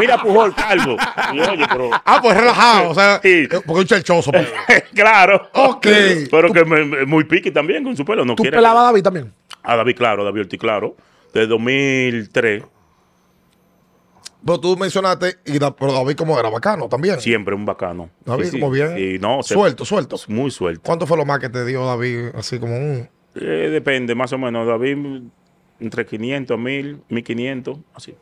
Mira a Pujol calvo. Y yo, oye, pero.
Ah, pues relajado, o sea,
Sí.
eh, porque es un chelchoso, Pedro.
claro.
Ok.
Pero que me- me- muy piqui también con su pelo. No
Tú
quiere.
pelabas a David también.
A David Claro, David Ortiz Claro. De 2003.
Pero tú mencionaste, y da- pero David como era bacano también.
Siempre un bacano.
David
Sí, sí.
como bien.
Sí, no, se-
suelto, suelto.
Muy suelto.
¿Cuánto fue lo más que te dio David? Así como un...
Eh, depende, más o menos. David, mm, entre 500, 1000, 1500, así.
Eh.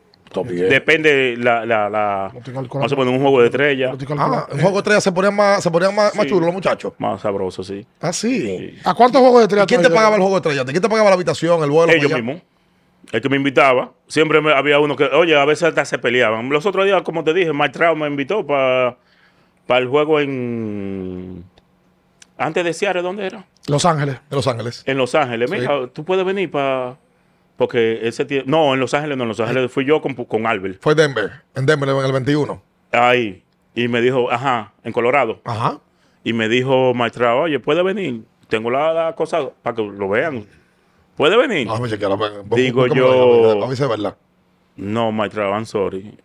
Depende la. la, la
No tengo el corazón.
más o menos un juego de estrellas.
Lo estoy calculando.
Ah, en juego 3 se ponían más, se ponían más, más
Sí.
chulos los muchachos.
Más sabroso, sí.
Ah, sí.
Sí.
¿A cuántos juegos de
¿Y
triatlón?
quién te pagaba el juego de estrellas? ¿Quién te pagaba la habitación, el vuelo?
Ellos
para allá?
mismos. El que me invitaba. Siempre me- había uno que. Oye, a veces hasta se peleaban. Los otros días, como te dije, Maestrao me invitó para el juego en. Antes de Seattle, ¿dónde era?
Los Ángeles.
En Los Ángeles.
En Los Ángeles.
Sí.
Mira, tú puedes venir para. Porque ese tie- No, en Los Ángeles no. En Los Ángeles fui yo con, con Albert.
Fue Denver. En Denver, en el 21.
Ahí. Y me dijo, ajá, en Colorado.
Ajá.
Y me dijo, maestra, oye, puede venir. Tengo la, la cosa para que lo vean. ¿Puede venir?
Déjame chequear. ven, ven,
Digo
búscame la-
yo-
A ver si es pues, verdad.
No, maestra, I'm sorry.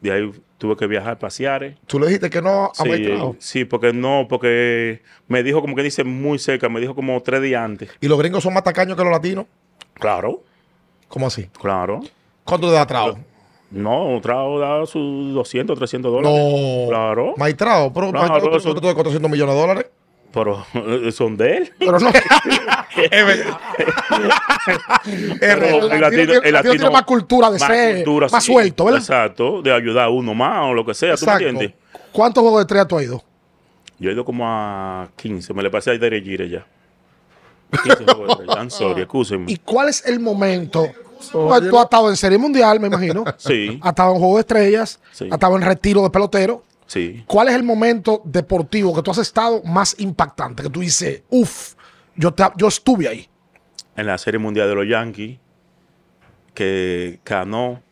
De ahí tuve que viajar para Seattle.
Tú le dijiste que no a
Ah,
Sí,
Maitrao.
eh, sí, porque no, porque me dijo como que dice muy cerca, me dijo como tres días antes.
¿Y los gringos son más tacaños que los latinos?
Claro,
¿Cómo así?
claro.
¿Cuánto te da Trao?
No, Trao da sus 200, 300 dólares.
No.
Claro.
Maitrao, pero
No,
Maitrao
pero
tiene
eso-
un contrato de 400 millones de dólares.
Pero eh, son de él.
Pero no.
Es verdad. Es
Pero
real.
el latino tiene- el latino tiene más cultura de ser más suelto, ¿verdad?
Exacto, de ayudar a uno más o lo que sea, ¿tú
Exacto.
me entiendes?
¿Cuántos juegos de triatlón tú has ido?
Yo he ido como a 15, me le pasé a Derek Jeter ya. 15 juegos de Derek. I'm sorry,
¿Y
excúsenme.
cuál es el momento? Pues, tú has estado en Serie Mundial, me imagino.
Sí,
Has estado en Juego de Estrellas.
Sí.
Has estado en Retiro de Pelotero.
sí.
¿Cuál es el momento deportivo que tú has estado más impactante? Que tú dices, uff, yo, te- yo estuve ahí.
En la Serie Mundial de los Yankees, que Cano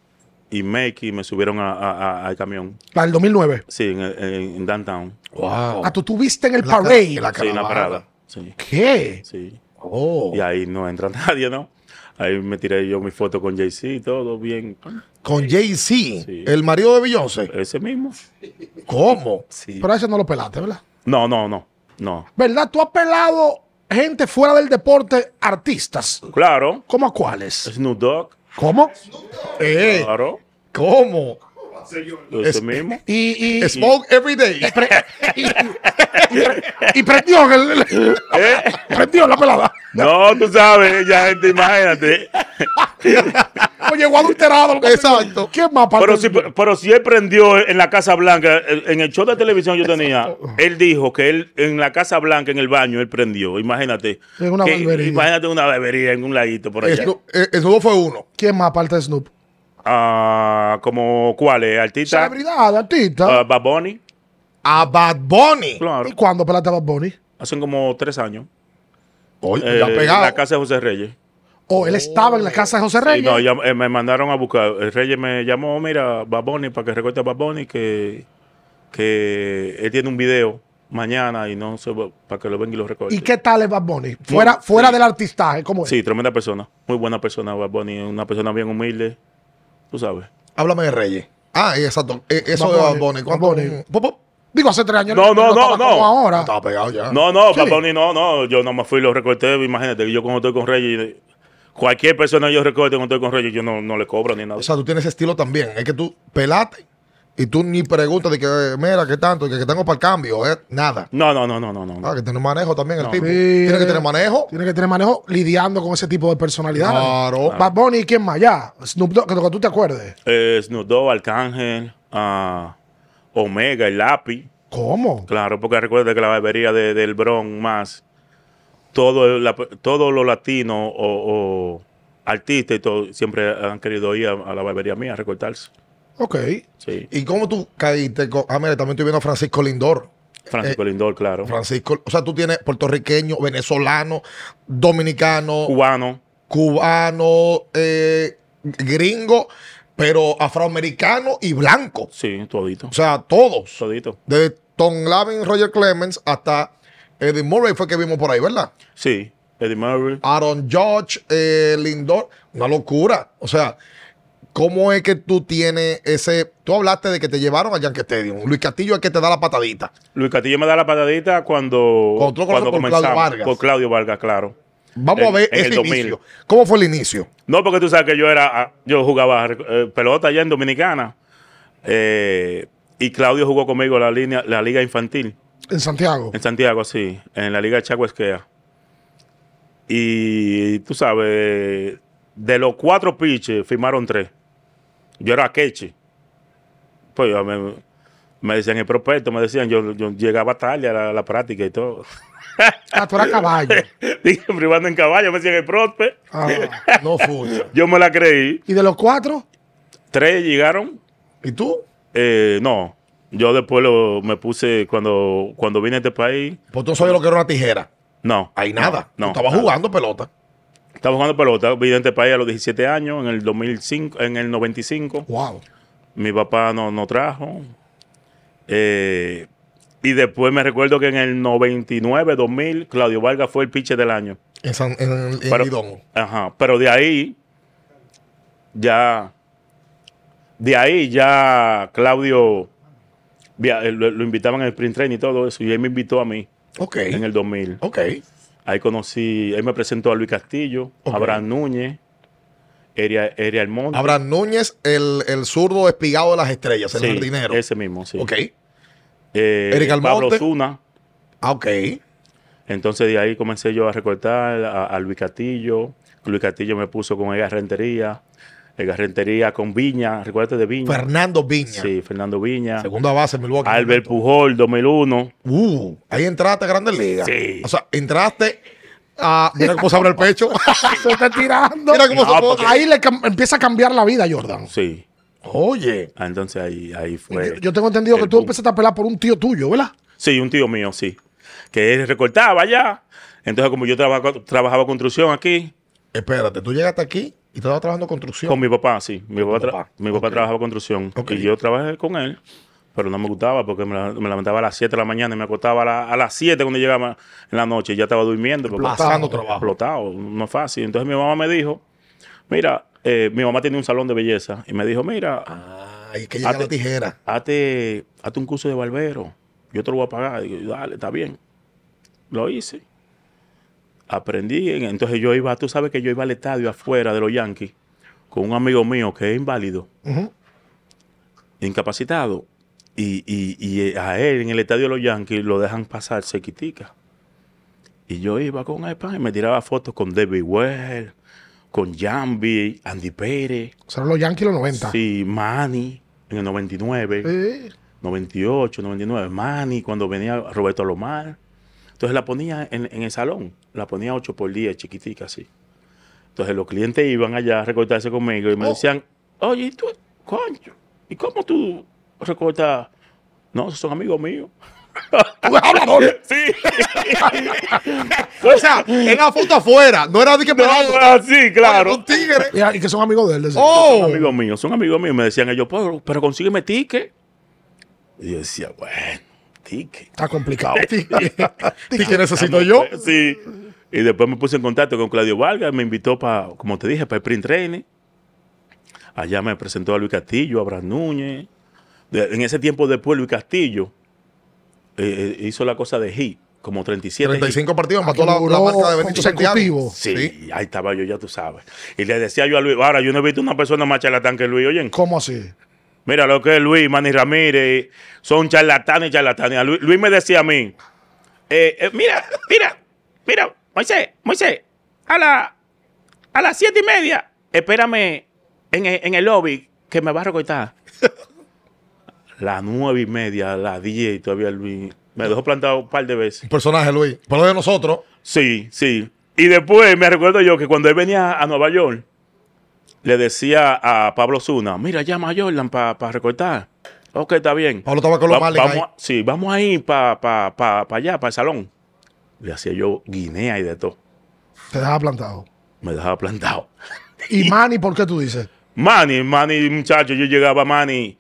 y Mekki me subieron a- a- a- al camión.
La del 2009.
Sí, en, el- en- en Downtown.
Wow.
Ah, tú tuviste en el
Oh. La ca-
parade.
la
Sí, en la
Caravana.
parada. Sí,
¿Qué?
sí.
Oh.
Y ahí no entra nadie, ¿no? Ahí me tiré yo mi foto con Jay-Z, y todo bien.
Con Jay-Z,
Sí. Eh.
el marido de Beyoncé.
Ese mismo.
¿Cómo?
Sí.
Pero a eso no lo pelaste, ¿verdad?
No, no, no. No.
¿Verdad? Tú has pelado gente fuera del deporte, artistas.
Claro.
¿Cómo a cuáles?
Snoop Dogg.
¿Cómo?
Eh,
Claro.
¿Cómo?
Ese mismo.
Y, y,
Smoke every day.
y, y prendió, en el- el-
¿Eh?
prendió en la pelada.
No, tú sabes, ya gente, imagínate.
Oye, llegó adulterado. lo que-
Exacto.
¿Quién más
Pero
aparte
si,
de-
pero si él prendió en la Casa Blanca, eh, en en el show de televisión yo tenía, él dijo que él en la Casa Blanca, en el baño, él prendió. Imagínate.
En una
Que-
barbería.
Imagínate una bebería en un laguito por allá.
Snoop- eh, Snoop fue uno.
¿Quién más aparte de Snoop?
Ah, como cuáles, artista.
Celebridad, artista.
Ah, Bad Bunny,
A Bad Bunny.
claro.
¿Y cuándo pelaste a Bad Bunny?
Hacen como tres años.
Oye,
Eh,
ya pegado.
en la casa de José Reyes.
O él estaba en la casa de José
Oh. Sí,
Reyes.
no, ya- eh, me mandaron a buscar. El Reyes me llamó, mira, Baboni, para que recorte a Baboni, que, que él tiene un video mañana y no sé, para que lo venga y lo recorte.
¿Y qué tal es Bad Bunny? Fuera,
Sí.
fuera del artistaje, ¿cómo es?
Sí, tremenda persona. Muy buena persona, Baboni. Una persona bien humilde. Tú sabes.
Háblame de Reyes. Ah, exacto. Eh, eso
Bad
de Bad
Bunny,
Bunny.
Bad
¿Cuánto?
Bunny.
Pop, pop.
Digo, hace tres años.
No, no, no,
estaba
no.
como Ahora.
Estaba pegado ya.
No, no,
Sí.
Baboni no, no. Yo nomás fui y lo recorté. Imagínate, que yo cuando estoy con Reyes, cualquier persona que yo recorte cuando estoy con Reyes, yo no, no le cobro ni nada.
O sea, tú tienes ese estilo también. Es que tú pelaste y tú ni preguntas de que, eh, mira, qué tanto, que, que tengo para el cambio. eh, nada.
no, no, no, no, no, no.
Ah, que tiene manejo también el
No.
tipo.
Sí.
Tiene que tener manejo.
Tiene que tener manejo lidiando con ese tipo de personalidad.
Claro.
Bad Bunny y quién más, ya. Snoop Dogg, que lo que tú te acuerdes.
Eh, Snoop Dogg, Arcángel, ah, Omega, el lápiz.
¿Cómo?
Claro, porque recuerda que la barbería de- del Bronx más, todo el- la- todos los latinos o, o artistas y todo, siempre han querido ir a, a la barbería mía a recortarse.
Ok.
Sí.
¿Y cómo tú caíste? con- Ah, mira, también estoy viendo a Francisco Lindor.
Francisco Lindor, claro.
Francisco, o sea, tú tienes puertorriqueño, venezolano, dominicano,
Cubano.
cubano, eh, gringo, pero afroamericano y blanco.
Sí, todito.
O sea, todos.
Todito.
De Tom Lavin, Roger Clemens hasta Eddie Murray fue que vimos por ahí, ¿verdad?
Sí. Eddie Murray.
Aaron George, eh, Lindor, una locura. O sea, ¿cómo es que tú tienes ese... Tú hablaste de que te llevaron al Yankee Stadium. Luis Castillo es que te da la patadita.
Luis Castillo me da la patadita cuando,
Cuando tú lo conoces por Claudio Vargas.
Por Claudio Vargas, claro.
Vamos a
En-
ver
en el
ese
2000.
inicio. ¿Cómo fue el inicio?
No, porque tú sabes que yo era, ah, yo jugaba eh, pelota allá en Dominicana. eh, y Claudio jugó conmigo la línea, la liga infantil
En Santiago.
en Santiago, sí, en la liga de Chaguesquea. Y tú sabes, de los cuatro pitches firmaron tres. Yo era queche. Pues yo me, me decían el prospecto, me decían, yo, yo llegaba tarde a la- la práctica y todo.
Ah, tú eras caballo.
Dije, privando en caballo, me decían el prospect.
Ah.
No fue.
Yo me la creí.
¿Y de los cuatro?
Tres llegaron.
¿Y tú?
Eh, no, yo después lo, me puse cuando, cuando vine a este país.
Pues tú no sabías lo que era una tijera.
No.
Ahí nada.
No.
tú estabas
nada.
jugando pelota.
Estaba jugando pelota. Vine a este país a los 17 años, en el 2005, en el 95.
Wow.
Mi papá no, no trajo. Eh, y después me recuerdo que en el 99, 2000, Claudio Vargas fue el pitcher del año.
En, San, en, en Lidón.
Ajá, pero de ahí ya de ahí ya Claudio via- eh, lo, lo invitaban al sprint train y todo eso y él me invitó a mí
Ok.
en el 2000.
Ok.
Ahí conocí, él me presentó a Luis Castillo,
Ok.
Abraham Núñez, Eria, Eria Almonte.
Abraham Núñez, el, el zurdo espigado de las estrellas, el
Sí,
jardinero.
Ese mismo, sí.
Ok.
Eh,
Eric Almonte.
Pablo Zuna.
Ah, ok.
Entonces de ahí comencé yo a recortar a, a Luis Castillo. Luis Castillo me puso con Edgar Rentería. Edgar Rentería con Viña, recuérdate de Viña.
Fernando Viña.
Sí, Fernando Viña.
Segunda base en Milwaukee.
Albert Pujol, 2001.
Uh, ahí entraste a Grandes Ligas.
Sí.
O sea, entraste a. Mira cómo se abre el pecho.
Se está tirando.
Mira cómo
No,
se pone.
porque-
Ahí le cam- empieza a cambiar la vida, Jordan.
Sí.
Oye.
Ah, Entonces ahí, ahí
Yo,
fue.
yo tengo entendido que
el
tú
boom.
empezaste a pelar por un tío tuyo, ¿verdad?
Sí, un tío mío, sí. Que él recortaba ya. Entonces, como yo traba- trabajaba construcción aquí,
Espérate, tú llegaste aquí y estabas trabajando construcción.
con mi papá, sí. Mi papá, tra-
papá,
mi papá
ok.
trabajaba construcción.
Ok.
Y yo trabajé con él, pero no me gustaba porque me, la- me levantaba a las 7 de la mañana y me acostaba a, la- a las 7 cuando llegaba en la noche. Ya estaba durmiendo. porque-
Pasando trabajo.
explotado, no es fácil. Entonces mi mamá me dijo, mira, eh, mi mamá tiene un salón de belleza. Y me dijo, mira,
Ay, que llega
Ah, te-
la tijera.
hazte, hazte un curso de barbero. Yo te lo voy a pagar. Digo, dale, está bien. Lo hice. Aprendí. Entonces yo iba, tú sabes que yo iba al estadio afuera de los Yankees con un amigo mío que es inválido,
Ujú.
incapacitado. Y, y- y a él en el estadio de los Yankees lo dejan pasar sequitica. Y yo iba con él pan, y me tiraba fotos con David Well, con Jambi, Andy Pérez,
Serán los Yankees los 90.
sí, Manny en el 99.
Eh,
98, 99, Manny, cuando venía Roberto Alomar. Entonces la ponía en, en el salón, la ponía 8 por 10, chiquitica así. Entonces los clientes iban allá a recortarse conmigo y me
Oh.
decían, oye, ¿y tú, concho, ¿y cómo tú recortas? No, esos son amigos míos.
Tú eres hablador.
Sí, Pues,
o sea, era la foto afuera. No era de que pelando.
así,
Era Un tigre.
mira, y que son amigos de él. de ese.
Oh.
Son amigos míos, son amigos míos. Me decían ellos, pero, pero consígueme ticket. Y yo decía, bueno, ticket.
Está complicado.
¿Qué necesito yo?
Ah, pues, Sí. Y después me puse en contacto con Claudio Vargas, me invitó para, como te dije, para el print training. Allá me presentó a Luis Castillo, a Abraham Núñez. De- en ese tiempo después Luis Castillo eh, eh, hizo la cosa de hit, como 37 hits.
35 partidos, mató
Aquí
la, la
duró
marca de Benito Santiago.
consecutivo.
Sí, ahí estaba yo, ya tú sabes. Y le decía yo a Luis, ahora yo no he visto una persona más charlatán que Luis, oye.
¿Cómo así?
Mira lo que es Luis, Manny Ramírez, son charlatanes y charlatanes. A Luis, Luis me decía a mí, eh, eh, mira, mira, mira, Moisés, Moisés, a, la, a las siete y media, espérame en, el- en el lobby que me va a recortar. las nueve y media, las diez y todavía Luis me dejó plantado un par de veces.
Un personaje, Luis. Pero de nosotros.
Sí, sí. Y después me recuerdo yo que cuando él venía a Nueva York, le decía a Pablo Zuna, mira, llama a Jordan para recortar. Ok, está bien.
Pablo estaba con los
Va-
males
vamos
ahí.
a- Sí, vamos a ir para pa, pa- pa allá, para el salón. Le hacía yo Guinea y de todo.
Te dejaba plantado.
Me dejaba plantado.
Y Manny, ¿por qué tú dices?
Manny, Manny, muchacho, yo llegaba a Manny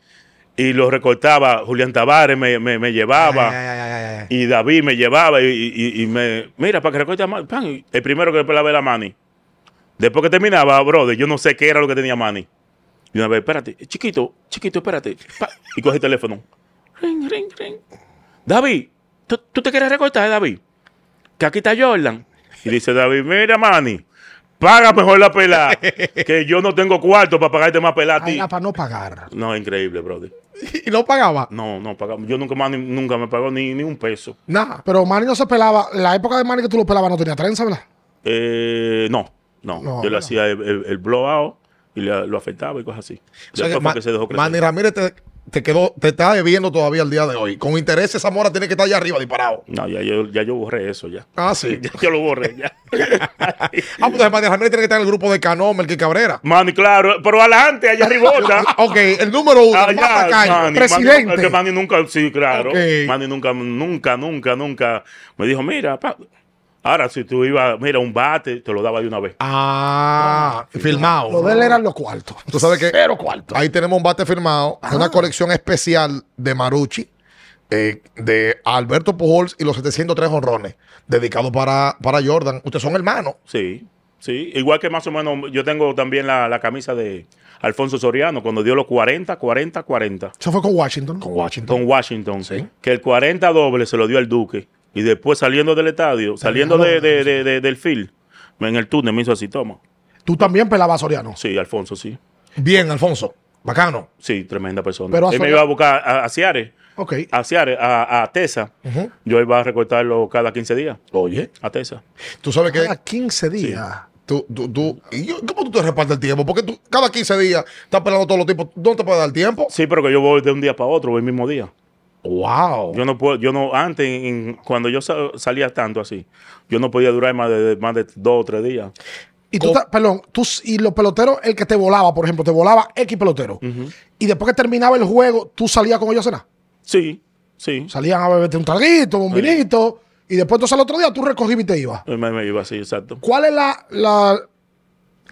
y lo recortaba. Julián Tavares me, me- me llevaba.
Ay, ay, ay, ay, ay.
Y David me llevaba y, y- y me. Mira, para que recorte a Manny. pan, y el primero que pelaba era Manny. Después que terminaba, brother, yo no sé qué era lo que tenía Manny. Y una vez, espérate, chiquito, chiquito, espérate. Pa, y cogí el teléfono. Ring, ring, ring. David, ¿tú, tú te quieres recortar, David? Que aquí está Jordan. Y dice David, mira, Manny, paga mejor la pelada. Que yo no tengo cuarto para pagarte más pelada a
Ah,
ti.
Era para no pagar.
No, increíble, brother.
Y no pagaba.
No, no, pagamos. Yo nunca, Manny, nunca me pagó ni, ni un peso.
Nada.
Pero Manny no se pelaba. La época de Manny que tú lo pelabas no tenía trenza, ¿verdad?
Eh, no, no,
No,
Yo le
no.
hacía el, el- el blowout y le- lo afectaba y cosas así.
O sea,
Después
que
fue
Ma-
que se dejó crecer.
Manny Ramírez te, te quedó, te está debiendo todavía el día de hoy. Con interés, esa mora tiene que estar allá arriba disparado.
No, ya yo, ya yo borré eso ya.
Ah, sí.
Ya yo lo borré ya.
Ah, pues entonces Manny Ramírez tiene que estar en el grupo de Cano, Melqui Cabrera.
Manny, claro, pero adelante, allá arribota.
Ok, el número uno, el más
Allá,
tacaño.
Manny,
presidente.
Manny, es que Manny nunca, sí, claro.
Ok.
Manny nunca, nunca, nunca, nunca me dijo, mira, pa, ahora si tú ibas, mira, un bate, te lo daba de una vez.
Ah, filmado.
Lo de él eran los cuartos.
Tú sabes que
Cero Ah. cuartos.
ahí tenemos un bate firmado, una colección especial de Marucci, eh, de Alberto Pujols y los 703 honrones, dedicados para, para Jordan. Ustedes son hermanos.
Sí, sí. Igual que más o menos, yo tengo también la, la camisa de Alfonso Soriano cuando dio los 40, 40, 40.
Eso fue con Washington. ¿no?
Washington.
Con Washington, que el 40 doble se lo dio al Duque. Y después saliendo del estadio, saliendo de, de- de- de- del field, en el túnel me hizo así, toma.
Tú también pelabas a Soriano.
Sí, Alfonso, sí.
Bien, Alfonso. Bacano.
Sí, tremenda persona.
Pero a
Él me
Soria-
iba a buscar a, a Ciares,
Ok.
Ah,
a, Ciares, a, a Tesa.
Ujú.
Yo iba a recortarlo cada 15 días. Oye. A Tesa.
Tú sabes que
Cada 15 días.
Tú, tú, tú, ¿y yo- ¿Cómo tú te repartes el tiempo? Porque tú cada 15 días estás pelando todos los tipos. ¿Dónde te puede dar tiempo?
Sí, pero que yo voy de un día para otro, voy el mismo día.
¡Wow!
Yo no puedo, yo no, antes, en- cuando yo sa- salía tanto así, yo no podía durar más de, más de dos o tres días.
Y tú,
Co-
ta- perdón, tú s- y los peloteros, el que te volaba, por ejemplo, te volaba X pelotero. Y después que terminaba el juego, tú salías con ellos a cenar.
Sí, sí.
Salían a beberte un traguito, un
Sí.
vinito. Y después, entonces, al otro día tú recogías y te ibas.
Me, me iba así, exacto.
¿Cuál es la, la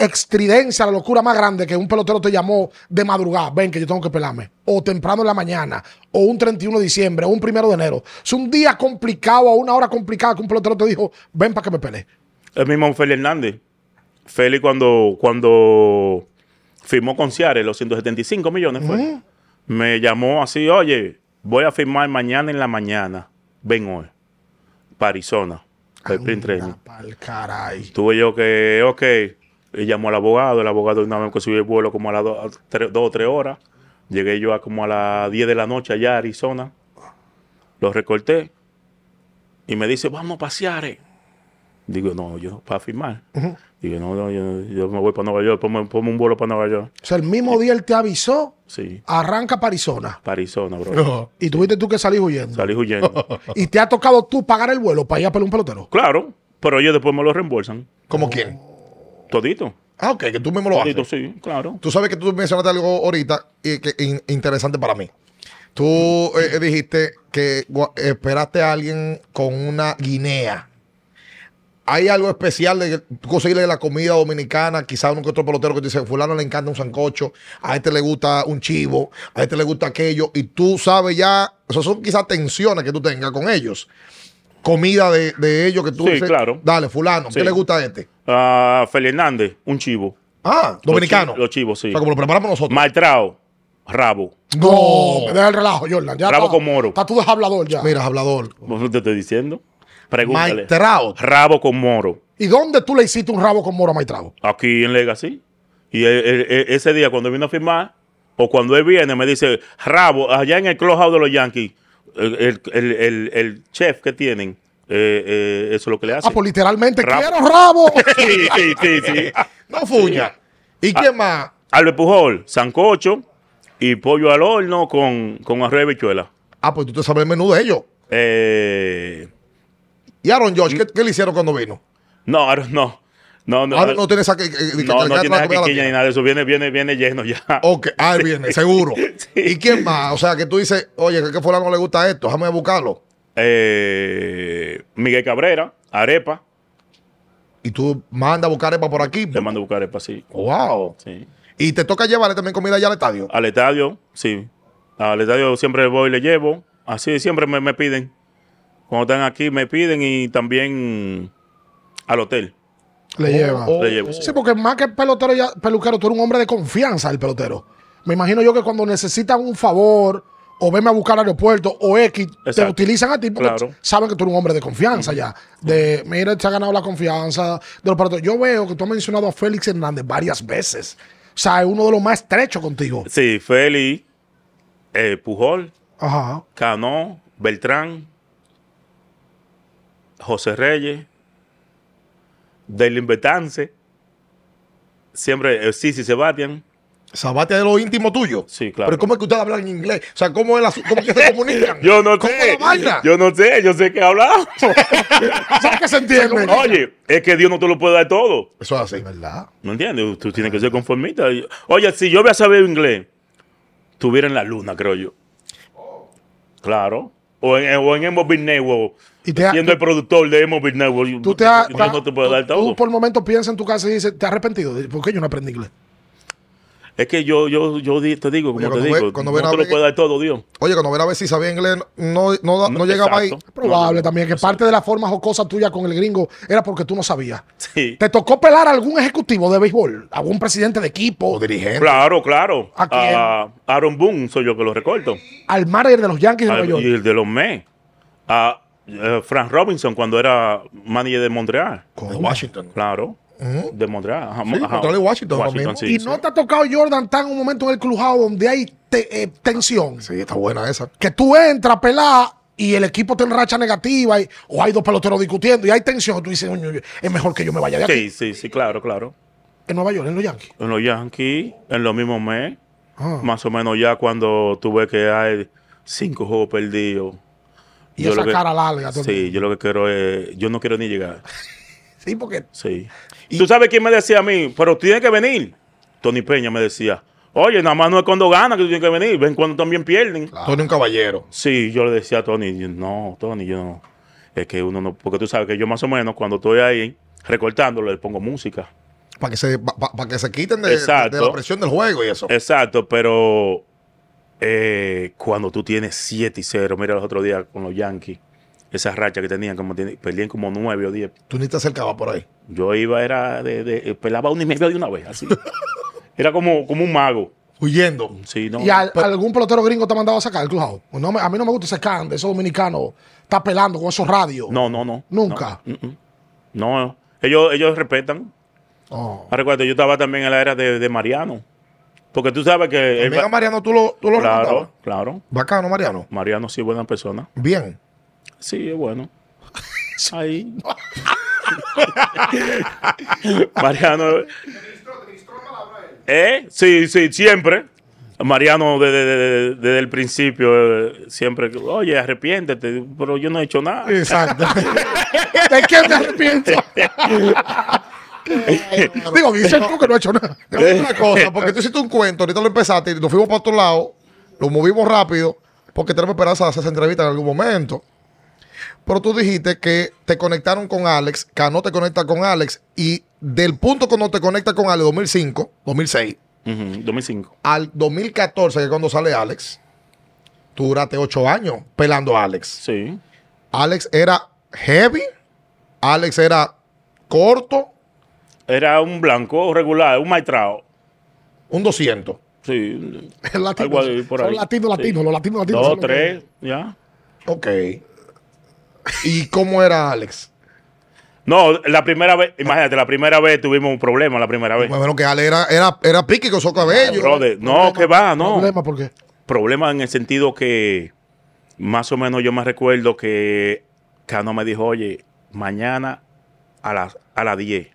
extridencia, la locura más grande que un pelotero te llamó de madrugada? Ven, que yo tengo que pelarme. O temprano en la mañana. O un 31 de diciembre. O un primero de enero. Es un día complicado o una hora complicada que un pelotero te dijo, ven para que me pele.
El mismo Feli Hernández. Feli cuando, cuando firmó con Ciares los 175 millones fue, me llamó así, oye, voy a firmar mañana en la mañana. Ven hoy. Para Arizona. para el sprint training.
Pa'l caray.
Tuve yo que, ok, y llamó al abogado, el abogado una vez que subió el vuelo como a las do- a tres- dos o tres horas, llegué yo a como a las 10 de la noche allá a Arizona, lo recorté y me dice, vamos a pasear. eh". Digo, no, yo para firmar. Digo, no, no, yo, yo me voy para Nueva York, ponme, ponme un vuelo para Nueva York.
O sea, el mismo día él te avisó,
Sí,
arranca para Arizona.
para Arizona, bro.
No.
Y tuviste tú que salir huyendo.
Salí huyendo.
Y te ha tocado tú pagar el vuelo para ir a pelar un pelotero.
claro, pero ellos después me lo reembolsan.
¿Cómo quién?
Todito.
Ah, ok, que tú mismo lo haces.
Todito, sí, claro.
Tú sabes que tú mencionaste algo ahorita y que in- interesante para mí. Tú eh, eh, dijiste que gua- esperaste a alguien con una guinea. ¿Hay algo especial de que- conseguirle la comida dominicana? Quizás uno que otro pelotero que te dice, fulano le encanta un sancocho, a este le gusta un chivo, a este le gusta aquello, y tú sabes ya, esas son quizás tensiones que tú tengas con ellos. Comida de, de ellos que tú
Sí, claro.
dale, fulano, ¿qué
Sí.
le gusta a este?
Ah, Feli Hernández, un chivo.
Ah, dominicano.
Los chivos, sí.
O sea, como lo preparamos nosotros.
Maltrao, rabo.
No.
me deja el relajo, Jordan. Ya
Bravo
está-
con moro.
Está tú deshablador ya.
Ah. Mira, hablador.
¿Vos te estoy diciendo? Pregúntale.
Mike Trout.
Rabo con moro.
¿Y dónde tú le hiciste un rabo con moro a Maitrago?
Aquí en Legacy. Y él- él- él- ese día cuando vino a firmar, o cuando él viene, me dice, Rabo, allá en el clubhouse de los Yankees, el, el- el- el- el chef que tienen, eh, eh, eso es lo que le hace.
Ah, pues literalmente,
Rabo.
quiero rabo.
sí, sí, sí, sí. Ah.
No fuña. ¿Y quién más?
Albert Pujol, sancocho y pollo al horno con, con arroz y habichuela.
Ah, pues tú te sabes el menú de ellos.
Eh...
¿Y Aaron Josh? ¿Qué, qué le hicieron cuando vino?
No, ahora no. No, no.
Ahora no tiene esa que, que- que-
no,
que-
no
que-
tiene
que-
nada que ni nada de eso. Viene, viene, viene lleno ya.
Ok, ah, viene, seguro. ¿Y quién más? O sea, que tú dices, oye, que, que fulano le gusta esto, déjame buscarlo.
Eh, Miguel Cabrera, Arepa.
Y tú mandas a buscar arepa por aquí.
Le mando a buscar Arepa, sí.
Wow.
sí.
Y te toca llevarle también comida allá al estadio.
Al estadio, sí. Al estadio siempre voy y le llevo. Así siempre me, me piden. Cuando están aquí me piden y también al hotel.
Le lleva.
Oh,
Le llevo,
oh.
Sí, porque más que pelotero ya, peluquero, tú eres un hombre de confianza del pelotero. Me imagino yo que cuando necesitan un favor o venme a buscar al aeropuerto o X, te
Exacto.
utilizan a ti porque
Claro.
saben que tú eres un hombre de confianza ya. De, mira, te ha ganado la confianza de los peloteros. Yo veo que tú has mencionado a Félix Hernández varias veces. O sea, es uno de los más estrechos contigo.
Sí, Feli, eh, Pujol,
Ajá.
Cano, Beltrán, José Reyes, Del Betance. Siempre, eh, sí, sí, Sebastián.
Sabatia de lo íntimo tuyo.
Sí, claro.
Pero ¿cómo es que ustedes hablan en inglés? O sea, ¿cómo es la, cómo es que se comunican?
Yo no
¿Cómo
sé.
la vaina?
Yo no sé, yo sé que hablamos.
¿Sabes qué se entiende?
Oye, es que Dios no te lo puede dar todo.
Eso es así.
¿Verdad?
¿No entiendes? Tú tienes que ser conformista. Oye, si yo hubiera sabido inglés, estuviera en la luna, creo yo. Claro. O en, o en Emo Big Network,
Y te ha-
siendo
tú-
el productor de Emo Big Network,
Tú te has,
Dios no te puede
tú-
dar
tú
todo.
por el momento piensas en tu casa y dices, ¿te has arrepentido? ¿Por qué yo no aprendí inglés?
Es que yo, yo, yo di- te digo,
Oye,
como te
cuando ve-
digo,
cuando
no
ve la
te lo
ve-
puede dar todo, Dios.
Oye, cuando ver a ver si sabía inglés, no, no, da- no
No,
llegaba ahí.
exacto.
Probable también, que parte de la forma jocosa tuya con el gringo era porque tú no sabías.
Sí.
¿Te tocó pelar a algún ejecutivo de béisbol? ¿Algún presidente de
O
equipo?
dirigente.
Claro, claro.
¿A quién?
A Aaron Boone soy yo que lo recorto.
¿Al manager de los Yankees de
Al-
Nueva
Ah, y
York?
el de los Mets. A eh, Frank Robinson cuando era manager de Montreal.
De Washington.
Claro.
Ujú.
De Montreal. Ajá,
Sí,
ajá.
contra el Washington, lo mismo.
sí,
¿Y
sí.
no te ha tocado, Jordan, tan un momento en el clubhouse donde hay te- eh, tensión?
Sí, está buena esa.
Que tú entras a pelar y el equipo te enracha negativa y, o hay dos peloteros discutiendo y hay tensión. Tú dices, "Oño, es mejor que yo me vaya de aquí.
Sí, sí, sí, claro, claro.
En Nueva York, en los Yankees.
En los Yankees, en los mismos mes,
Ah.
más o menos ya cuando tuve que hay cinco juegos perdidos.
Y
yo
esa
lo que-
cara larga. todo el
Sí,
mundo.
yo lo que quiero es. Yo no quiero ni llegar.
sí, porque
Sí. ¿Tú sabes quién me decía a mí? Pero tienes que venir. Tony Peña me decía. Oye, nada más no es cuando gana que tú tienes que venir. Ven cuando también pierden.
Tony un caballero.
Sí, yo le decía a Tony, yo, no, Tony, yo no. Es que uno no. Porque tú sabes que yo más o menos cuando estoy ahí recortándolo le pongo música.
Para que se, pa- pa- para que se quiten de,
Exacto.
de la presión del juego y eso.
Exacto, pero eh, cuando tú tienes 7 y 0, mira los otros días con los Yankees, esa racha que tenían, como tiene- perdían como 9 o 10.
Tú ni te acercabas por ahí.
Yo iba, era de, de- pelaba uno y medio de una vez, así. Era como, como un mago.
Huyendo.
Sí, no.
¿Y al- algún pelotero gringo te ha mandado a sacar el clubhouse? Pues No me- a mí no me gusta ese can de esos dominicanos. Está pelando con esos radios.
No, no, no.
Nunca.
No. mm, mm. No, ellos, ellos respetan.
Oh.
Ah, Recuerdo, yo estaba también en la era de, de Mariano. Porque tú sabes que. él
Venga,
va-
Mariano, tú lo, tú lo
claro,
remontabas.
claro.
Bacano, Mariano.
Mariano sí es buena persona.
Bien.
Sí, es bueno. Ahí. Mariano. ¿Eh? Sí, sí, siempre. Mariano desde, desde- desde el principio, eh, siempre, oye, arrepiéntete, pero yo no he hecho nada.
Exacto. ¿De qué me arrepiento? Digo, dice tú que no ha hecho nada. Eh.
Es una cosa, porque tú hiciste un cuento, ahorita lo empezaste y nos fuimos para otro lado, lo movimos rápido, porque tenemos esperanza de hacer esa entrevista en algún momento. Pero tú dijiste que te conectaron con Alex, Cano te conecta con Alex, y del punto cuando te conecta con Alex, 2005, 2006,
Ujú, 2005.
al 2014, que es cuando sale Alex, tú duraste ocho años pelando a Alex.
Sí.
Alex era heavy, Alex era corto,
Era un blanco regular, un maestrado.
un 200.
Sí.
El latino,
Algo ahí por
son
ahí.
latinos, latinos.
Sí.
Los latinos, latinos. son
Dos,
los que-
tres, ya.
Ok. ¿Y cómo era Alex?
No, la primera vez, imagínate, la primera vez tuvimos un problema, la primera vez.
Pues Bueno, que Ale era, era, era pique con su cabello.
Brother, no, que va, no.
Problema, ¿por qué?
problema en el sentido que más o menos yo me recuerdo que Cano me dijo, oye, mañana a las a las 10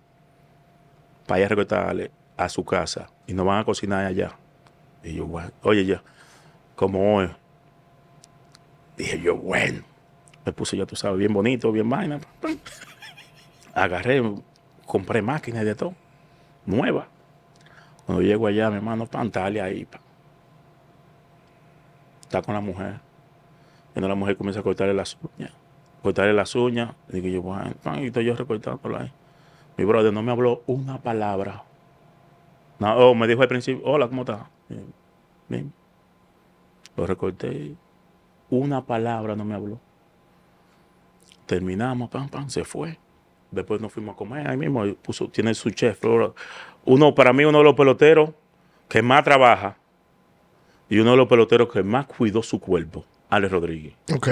para ir a recortarle a su casa y nos van a cocinar allá. Y yo, "Bueno". oye, ya, como hoy. Dije yo, bueno. Me puse, ya tú sabes, bien bonito, bien vaina. Agarré, compré máquinas de todo, nueva. Cuando llego allá, mi hermano, pantalia ahí. pa. Está con la mujer. Cuando la mujer comienza a cortarle las uñas. Cortarle las uñas. Digo yo, bueno, pan, y estoy yo recortándola ahí. Mi brother no me habló una palabra. No, oh, me dijo al principio, hola, ¿cómo estás? Bien. Bien. Lo recorté. Una palabra no me habló. Terminamos, pam, pam, se fue. Después nos fuimos a comer ahí mismo. y puso- tiene su chef. bro. Uno, para mí, uno de los peloteros que más trabaja y uno de los peloteros que más cuidó su cuerpo, Alex Rodríguez.
Ok.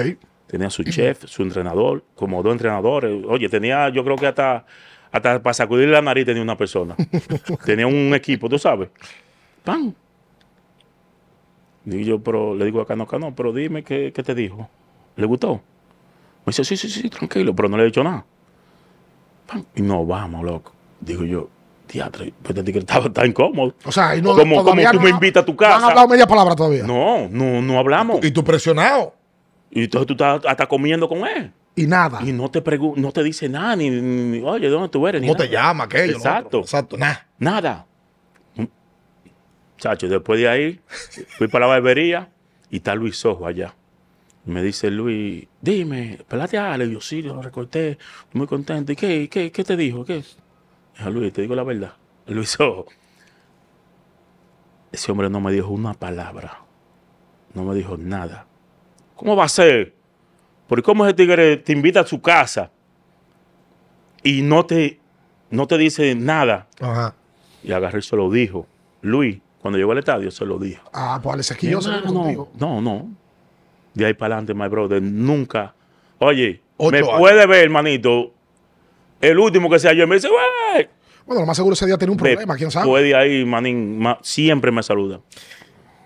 Tenía su chef, su entrenador, como dos entrenadores. Oye, tenía, yo creo que hasta, hasta para sacudir la nariz tenía una persona. tenía un equipo, tú sabes. Pan. Y yo, pero le digo a Cano, Cano, pero dime qué, qué te dijo. ¿Le gustó? Me dice, sí, sí, sí, tranquilo, pero no le he dicho nada. Pan. Y no vamos, loco. Digo yo, teatro, pues te dije que estaba tan incómodo.
O sea, ahí no.
Como- como
todavía
tú
no
me
han-
invitas a tu
No
casa.
han hablado media palabra todavía.
No, no, no hablamos.
Y tú presionado.
Y entonces tú estás hasta comiendo con él.
Y nada.
Y no te pregun- no te dice nada, ni, ni- ni, oye, ¿de dónde tú eres? Ni
¿Cómo te
nada.
llama aquello? lo otro?
Exacto.
Exacto. Nah.
Nada. Mm. Chacho, después de ahí, fui para la barbería y está Luis Ojo allá. Y Me dice Luis, dime, pelate a Ale. Yo sí, lo recorté, muy contento. ¿Y qué, qué, qué te dijo? ¿Qué? Dije, Luis, te digo la verdad. Luis Ojo. Ese hombre no me dijo una palabra. No me dijo nada. ¿Cómo va a ser? ¿Por cómo ese tigre te invita a su casa y no te, no te dice nada?
Ajá.
Y agarré y se lo dijo. Luis, cuando llegó al estadio, se lo dijo.
Ah, pues Alex, aquí
Mi
yo soy
hermano,
contigo.
no, no. De ahí para adelante, my brother, nunca. Oye,
Ocho
me
años.
puede ver, hermanito. El último que sea yo, y me dice, güey.
Bueno, lo más seguro ese día tenía un problema, quién sabe.
Puede ahí, manín, ma- siempre me saluda.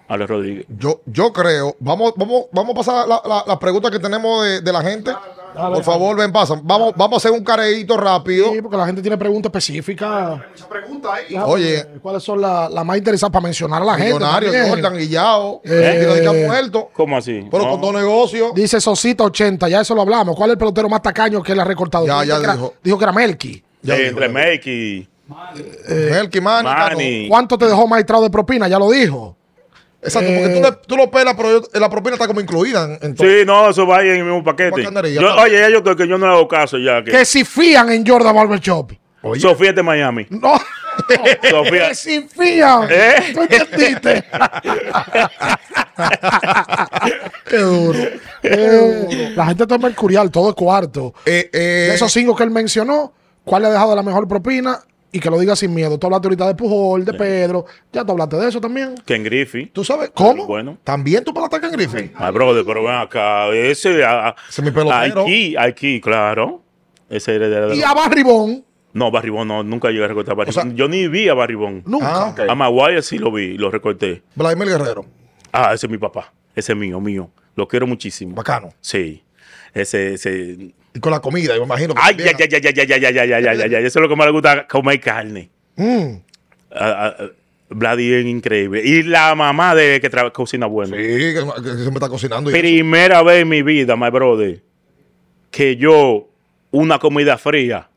Ale Rodríguez.
Yo, yo creo. Vamos, vamos, vamos a pasar la- la- las preguntas que tenemos de, de la gente. Por
dale.
favor, ven, pasan. Vamos, vamos a hacer un careíto rápido.
Sí, porque la gente tiene preguntas específicas.
Muchas preguntas ahí.
Déjame
Oye.
ver ¿Cuáles son la- las más interesantes para mencionar a la gente?
Millonario,
también.
Jordan Guillao,
Eh.
el tiro de muerto.
¿Cómo así?
Pero
No.
con dos negocios.
Dice Sosita 80, ya eso lo hablamos. ¿Cuál es el pelotero más tacaño que le ha recortado?
Ya,
Dice
ya
que era-
dijo.
dijo que era Melky.
Ya
Eh,
dijo,
entre
ya
Make y
dijo. Melky, Manny, Cano.
Manny.
¿Cuánto te dejó maestrado de propina? Ya lo dijo.
Exacto, porque
Eh.
tú, le- tú lo pelas, pero yo- la propina está como incluida. en- en todo.
Sí, no, eso va ahí en el mismo paquete.
Bacanería,
Yo-
claro.
oye, ya yo creo que yo no le hago caso ya. Que,
Que si fían en Jordan Barber Shop.
Sofía es de Miami.
No.
Sofía.
que si fían.
¿Eh?
¿Tú entendiste? Qué duro. Qué duro. La gente está mercurial, todo es cuarto.
Eh, eh,
De esos cinco que él mencionó, ¿cuál le ha dejado la mejor propina? Y que lo diga sin miedo. Tú hablaste ahorita de Pujol, de Pedro. Ya tú hablaste de eso también.
Ken Griffey.
¿Tú sabes
Pero
cómo?
Bueno.
También tú para atacar en Griffin.
My Ah, brother, pero ven acá. Ese. ah, a- a-
Ese es mi pelotero.
Aquí, aquí, claro. Ese era de- de-
Y a Barribón,
No, Barribón, no. Nunca llegué a recortar a Barribón.
O sea-
Yo ni vi a Barribón.
nunca.
Ah, ok.
A Maguire sí lo vi, lo recorté.
Vladimir Guerrero.
Ah, ese es mi papá. Ese es mío, mío. Lo quiero muchísimo.
Bacano.
Sí. Ese, ese.
Y con la comida, yo me imagino. que
Ay, ay,
también-
ay, ay, ay, ay, ay, ay, ay, ay, ay, ay. Eso es lo que más le gusta, comer carne.
Mm,
Ah, ah, Vladi es increíble. Y la mamá de que traba- cocina bueno.
sí, que, que siempre está cocinando. y-
Primera vez en mi vida, my brother, que yo una comida fría,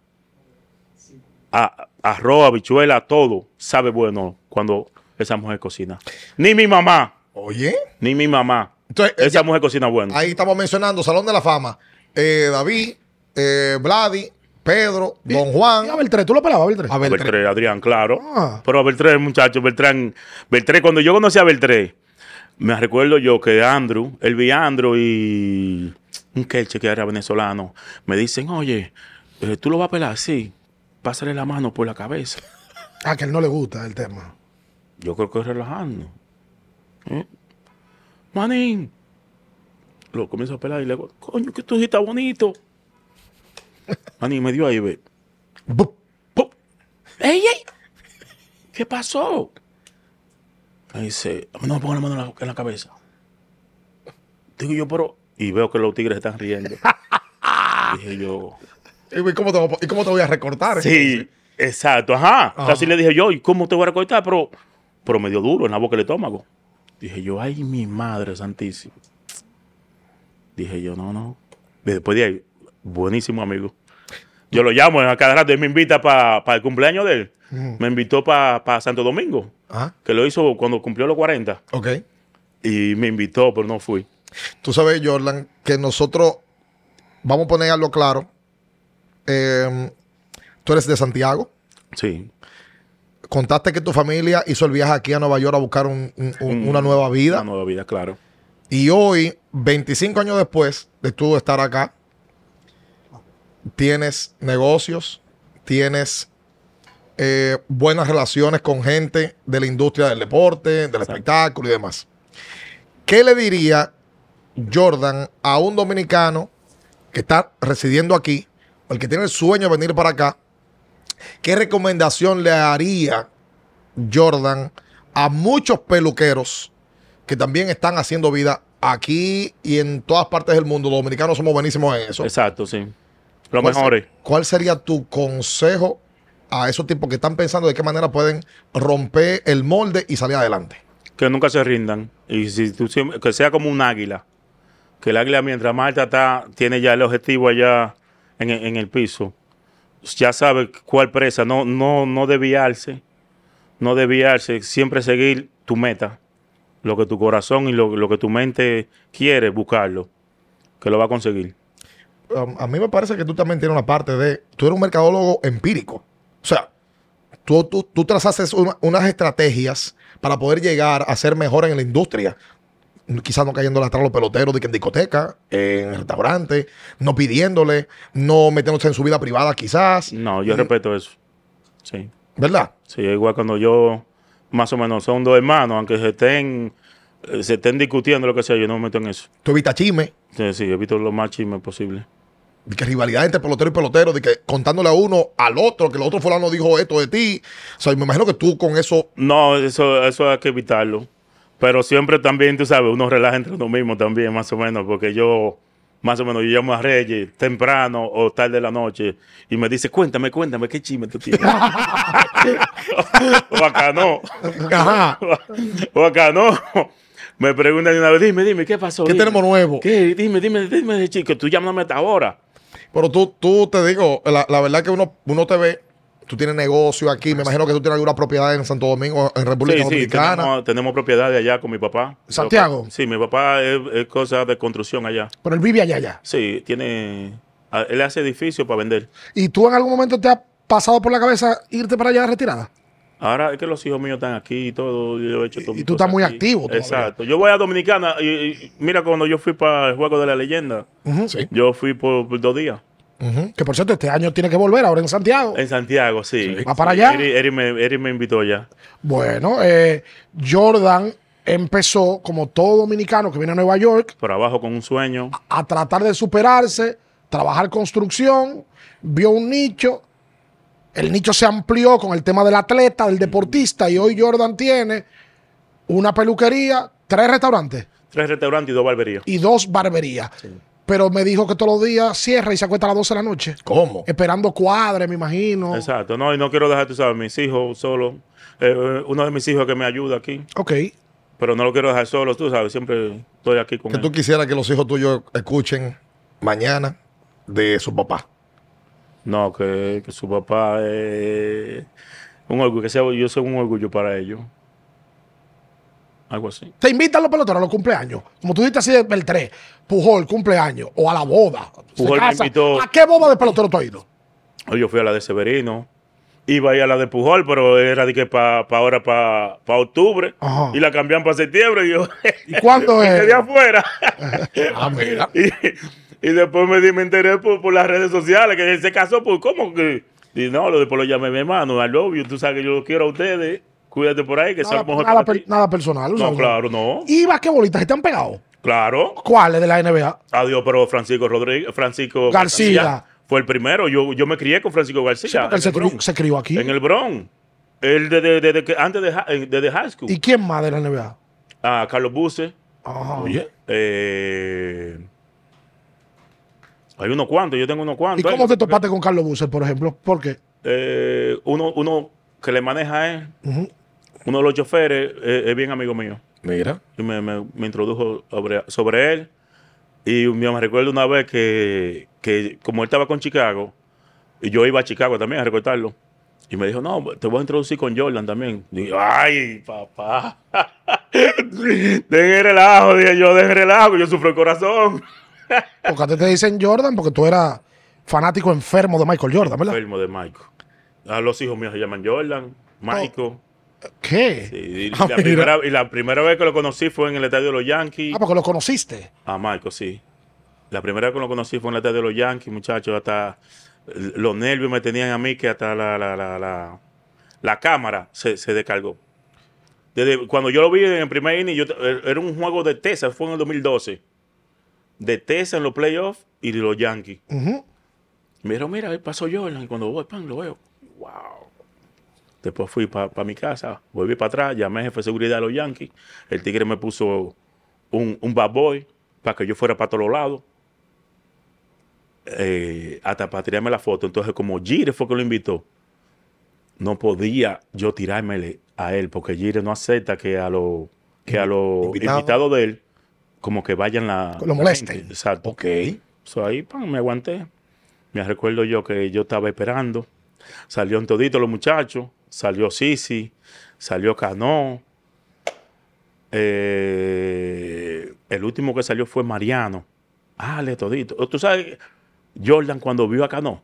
a- arroz, habichuela, todo, sabe bueno cuando esa mujer cocina. Ni mi mamá,
Oye,
ni mi mamá.
Entonces,
esa
ella-
mujer cocina bueno.
ahí estamos mencionando Salón de la Fama. Eh, David, eh, Vladi, Pedro, Don
Y
Juan.
a Beltré, tú lo pelabas, Beltré.
A ver,
Beltré, Adrián, claro.
Ah.
Pero a Beltré, muchacho, Beltrán, Beltré, cuando yo conocí a Beltré, me recuerdo yo que Andrew, el vi a Andrew y un queche que era venezolano, me dicen, oye, eh, tú lo vas a pelar así, pásale la mano por la cabeza.
Ah, que a él no le gusta el tema.
Yo creo que es relajando. ¿Eh? Manín. Lo comienzo a pelar y le digo, coño, que tú sí estás bonito. Manín me dio ahí, ve.
Bu-
¡Pum! ¡Ey, ey! ¿Qué pasó? Me dice, no me pongo la mano en la, en la cabeza. Digo yo, pero. Y veo que los tigres están riendo. Dije yo.
¿Y cómo, te, voy a- y cómo te voy a recortar?
Sí, exacto, ajá. O sea, Así le dije yo, ¿y cómo te voy a recortar? Pero, pero me dio duro en la boca el estómago. Dije yo, ay, mi madre santísima. Dije yo, no, no. Después de ahí, buenísimo amigo. Yo lo llamo a cada rato. Él me invita para el cumpleaños de él. Me invitó para Santo Domingo,
Ah,
que lo hizo cuando cumplió los 40.
ok.
Y me invitó, pero no fui.
Tú sabes, Jordan, que nosotros vamos a poner algo claro. Eh, tú eres de Santiago.
Sí.
Contaste que tu familia hizo el viaje aquí a Nueva York a buscar un- un- un- una nueva vida.
Una nueva vida, claro.
Y hoy, 25 años después de tú estar acá, tienes negocios, tienes eh, buenas relaciones con gente de la industria del deporte, del
Exacto.
espectáculo y demás. ¿Qué le diría Jordan a un dominicano que está residiendo aquí, o el que tiene el sueño de venir para acá? ¿Qué recomendación le haría Jordan a muchos peluqueros que también están haciendo vida aquí y en todas partes del mundo? Los dominicanos somos buenísimos en eso.
Exacto, sí. Los
¿Cuál se-
mejores.
¿Cuál sería tu consejo a esos tipos que están pensando de qué manera pueden romper el molde y salir adelante?
Que nunca se rindan. Y si tú siempre- que sea como un águila. Que el águila, mientras más alta está, tiene ya el objetivo allá en, el- en el piso. Ya sabe cuál presa. No, no, no desviarse. No desviarse. Siempre seguir tu meta. Lo que tu corazón y lo, lo que tu mente quiere, buscarlo. Que lo va a conseguir.
Um, a mí me parece que tú también tienes una parte de. Tú eres un mercadólogo empírico. O sea, tú, tú, tú trazaste una- unas estrategias para poder llegar a ser mejor en la industria. Quizás no cayéndole atrás a los peloteros de que en discoteca, en restaurantes, no pidiéndole, no metiéndose en su vida privada, quizás.
No, yo respeto eso. Sí.
¿Verdad?
Sí, igual cuando yo, más o menos, son dos hermanos, aunque se estén, eh, se estén discutiendo lo que sea, yo no me meto en eso.
Tú evitas chisme.
Entonces, sí, evito lo más chisme posible.
de que rivalidad entre pelotero y pelotero, de que contándole a uno al otro, que el otro fulano dijo esto de ti. O sea, me imagino que tú con eso,
No, eso, eso hay que evitarlo. Pero siempre también, tú sabes, uno relaja entre uno mismo también, más o menos, porque yo, más o menos, yo llamo a Reyes temprano o tarde de la noche y me dice, cuéntame, cuéntame, ¿qué chisme tú tienes? o acá no,
ajá,
o acá no. Me preguntan una vez, dime, dime, ¿qué pasó?
¿qué
Dime.
tenemos nuevo?
¿Qué? Dime, dime, dime, de chico, tú llámame hasta ahora.
Pero tú, tú te digo, la, la verdad que uno, uno te ve, tú tienes negocio aquí, me imagino que tú tienes alguna propiedad en Santo Domingo, en
Sí,
República
sí,
Dominicana.
tenemos, tenemos propiedades allá con mi papá.
¿Santiago?
Sí, mi papá es, es cosa de construcción allá.
Pero él vive allá, allá.
Sí, tiene. a- Él hace edificios para vender.
¿Y tú en algún momento te ha pasado por la cabeza irte para allá de retirada?
Ahora es que los hijos míos están aquí y todo. Yo he hecho todo
Y
mis
tú estás
cosas
muy
aquí.
activo todavía.
Exacto. Yo voy a Dominicana y, y mira, cuando yo fui para el Juego de la Leyenda,
Ujú, sí.
yo fui por, por dos días.
Ujú. Eh.
Que por cierto, este año tiene que volver ahora en Santiago.
En Santiago, sí.
¿Va para allá?
Eri, Eri me, Eri me invitó allá.
Bueno, eh, Jordan empezó, como todo dominicano que viene a Nueva York,
Por abajo con un sueño.
a tratar de superarse, trabajar construcción, vio un nicho. El nicho se amplió con el tema del atleta, del deportista, y hoy Jordan tiene una peluquería, tres restaurantes
Tres restaurantes y dos barberías.
y dos barberías. Pero me dijo que todos los días cierra y se acuesta a las 12 de la noche,
¿Cómo?
Eh,
esperando cuadres, me imagino.
Exacto, no, y no quiero dejar, tú sabes, mis hijos solo. Eh, uno de mis hijos que me ayuda aquí,
Ok.
pero no lo quiero dejar solo, tú sabes, siempre estoy aquí con
Que
él.
tú quisieras que los hijos tuyos escuchen mañana de su papá.
No, que, que su papá es un orgullo, que sea, yo soy un orgullo para ellos. Algo así.
Te invitan los peloteros a los cumpleaños. Como tú dijiste así del 3, Pujol, cumpleaños, o a la boda. Se
Pujol me
casa.
invitó-
¿A qué boda de pelotero tú has ido?
Hoy yo fui a la de Severino, iba a ir a la de Pujol, pero era de que para ahora, para octubre,
Ajá.
y la cambiaron para septiembre, y yo
¿Y cuándo
me
es?
quedé afuera.
Ah, mira.
Y, y después me, di, me enteré por, por las redes sociales que se casó, pues, ¿cómo que? Y no, lo- después lo llamé mi hermano, I love you, tú sabes que yo los quiero a ustedes, cuídate por ahí, que
Nada,
sea mejor
nada
para
per-
ti.
nada personal.
No, claro, no,
¿Y qué bolitas están pegados?
claro.
¿Cuáles de la NBA?
Adiós, pero Francisco Rodríguez, Francisco
García.
fue el primero, yo, yo me crié con Francisco García.
Porque él
en,
se
el
crió,
Bronx,
se crió aquí.
en el Bronx. Él desde, desde que- antes de, hi- eh, desde high school.
¿Y quién más de la NBA?
A Carlos Buse.
Ajá.
eh, hay unos cuantos, yo tengo unos
¿Y
cuantos.
cómo
eh,
te topaste con Carlos Busser, por ejemplo? ¿Por qué?
eh, uno, uno que le maneja a él,
Ujú.
uno de los choferes, eh, es bien amigo mío.
Mira.
Y me, me- me introdujo sobre, sobre él. Y me me recuerdo una vez que, que como él estaba con Chicago, Y yo iba a Chicago también a recortarlo. Y me dijo, no, te voy a introducir con Jordan también. Digo, ay, papá. deje relajo, dije yo, deje relajo, yo sufro el corazón.
Porque a ti te dicen Jordan porque tú eras fanático enfermo de Michael Jordan, ¿verdad?
Enfermo de Michael. A los hijos míos se llaman Jordan, Michael.
¿Qué?
Sí, y,
Oh. Ah,
la
mira.
primera, y la primera vez que lo conocí fue en el estadio de los Yankees.
Ah, porque lo conociste.
A Michael, sí. La primera vez que lo conocí fue en la tarde de los Yankees, muchachos. Hasta eh, los nervios me tenían a mí que hasta la, la, la, la, la cámara se, se descargó. Desde cuando yo lo vi en el primer inning, yo, te- era un juego de Texas, fue en el 2012. De Texas en los playoffs y de los Yankees.
Ujú.
Me dijeron, mira, ahí pasó Jordan. Y cuando voy, pan, lo veo. Wow. Después fui para mi casa, volví para atrás, llamé al jefe de seguridad de los Yankees. El tigre me puso un, un bad boy para que yo fuera para todos lados. Eh, hasta para tirarme la foto. Entonces, como Gire fue que lo invitó, no podía yo tirármele a él, porque Gire no acepta que a los que a los
Invitado.
invitados de él, como que vayan la.
Lo molesten.
la gente. Exacto.
Ok.
So, ahí pan, me aguanté. Me recuerdo yo que yo estaba esperando. Salió en todito los muchachos. Salió Sisi. Salió Cano. Eh, el último que salió fue Mariano. Ale, todito. Tú sabes, Jordan cuando vio a Cano,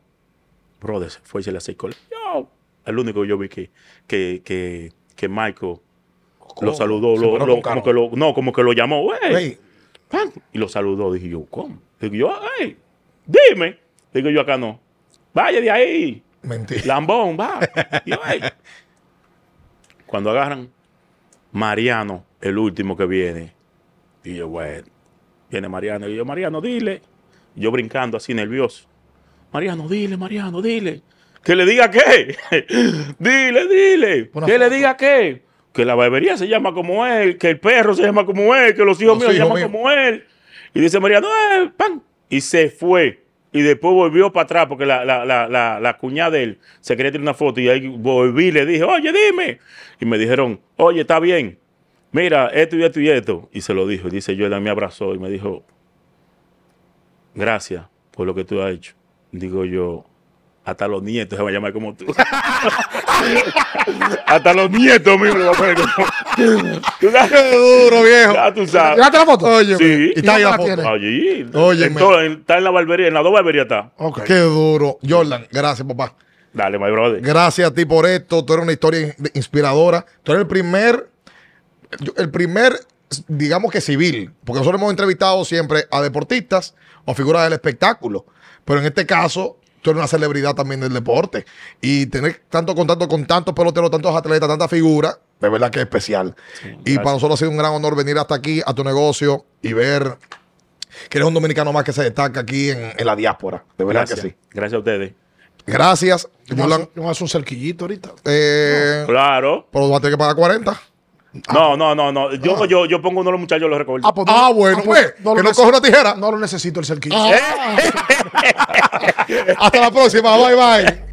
brother, se fue y se le acercó. Yo, el único que yo vi que, que, que, que Michael lo saludó.
Se
lo-
paró
lo-
con
como
Cano.
que lo, no, como que lo llamó. "Wey,
Ey,
¡Pam! Y lo saludó. Dije yo, ¿cómo? Digo yo, ¡ay! Dime. Digo yo, acá no. Vaya de ahí.
mentira.
Lambón, va. Y yo, "Ey". Cuando agarran, Mariano, el último que viene. Y yo, bueno, viene Mariano. Y yo, Mariano, dile. Y yo brincando así nervioso. Mariano, dile, Mariano, dile. Que le diga qué. dile, dile.
Una
que le
foto.
diga qué. Que la barbería se llama como él, que el perro se llama como él, que los hijos
Los
míos se
hijos
llaman
míos.
como él. Y dice Mariano, eh, pan. Y se fue. Y después volvió para atrás porque la, la, la, la, la cuñada de él se quería tirar una foto. Y ahí volví y le dije, oye, dime. Y me dijeron, oye, está bien. Mira, esto y esto y esto. Y se lo dijo. Y dice, Jordan me abrazó y me dijo, gracias por lo que tú has hecho. Digo yo, hasta los nietos se van a llamar como tú. hasta los nietos mismos lo van a llamar como tú.
Qué duro, viejo.
Ya tú sabes.
¿Llegaste la foto?
Ah. Oye,
Sí.
y está ahí
¿Y dónde
la
la
foto.
tiene?
Allí.
Óyeme.
En todo- en- está en la barbería, en las dos barberías está.
Ok.
Qué duro. Jordan, gracias, papá.
Dale, my brother.
Gracias a ti por esto. Tú eres una historia in- de- inspiradora. Tú eres el primer, yo- el primer, digamos que civil, porque nosotros hemos entrevistado siempre a deportistas o figuras del espectáculo. Pero en este caso, tú eres una celebridad también del deporte. Y tener tanto contacto con tantos peloteros, tantos atletas, tantas figuras, de verdad que es especial. y
gracias.
para nosotros ha sido un gran honor venir hasta aquí, a tu negocio y ver que eres un dominicano más que se destaca aquí en, en la diáspora. De verdad
Gracias.
que sí.
Gracias a ustedes.
Gracias.
Yo me voy a
Yolan.
hacer- yo me voy a hacer un cerquillito ahorita.
Eh,
Claro.
Pero va a tener que pagar 40.
No, no, no, no. Yo, yo, yo pongo uno de los muchachos los recortes.
pues
Ah, bueno, pues,
lo
que no
neces-
coja una tijera.
No lo necesito el cerquillo.
Ah. Hasta la próxima. Bye, bye.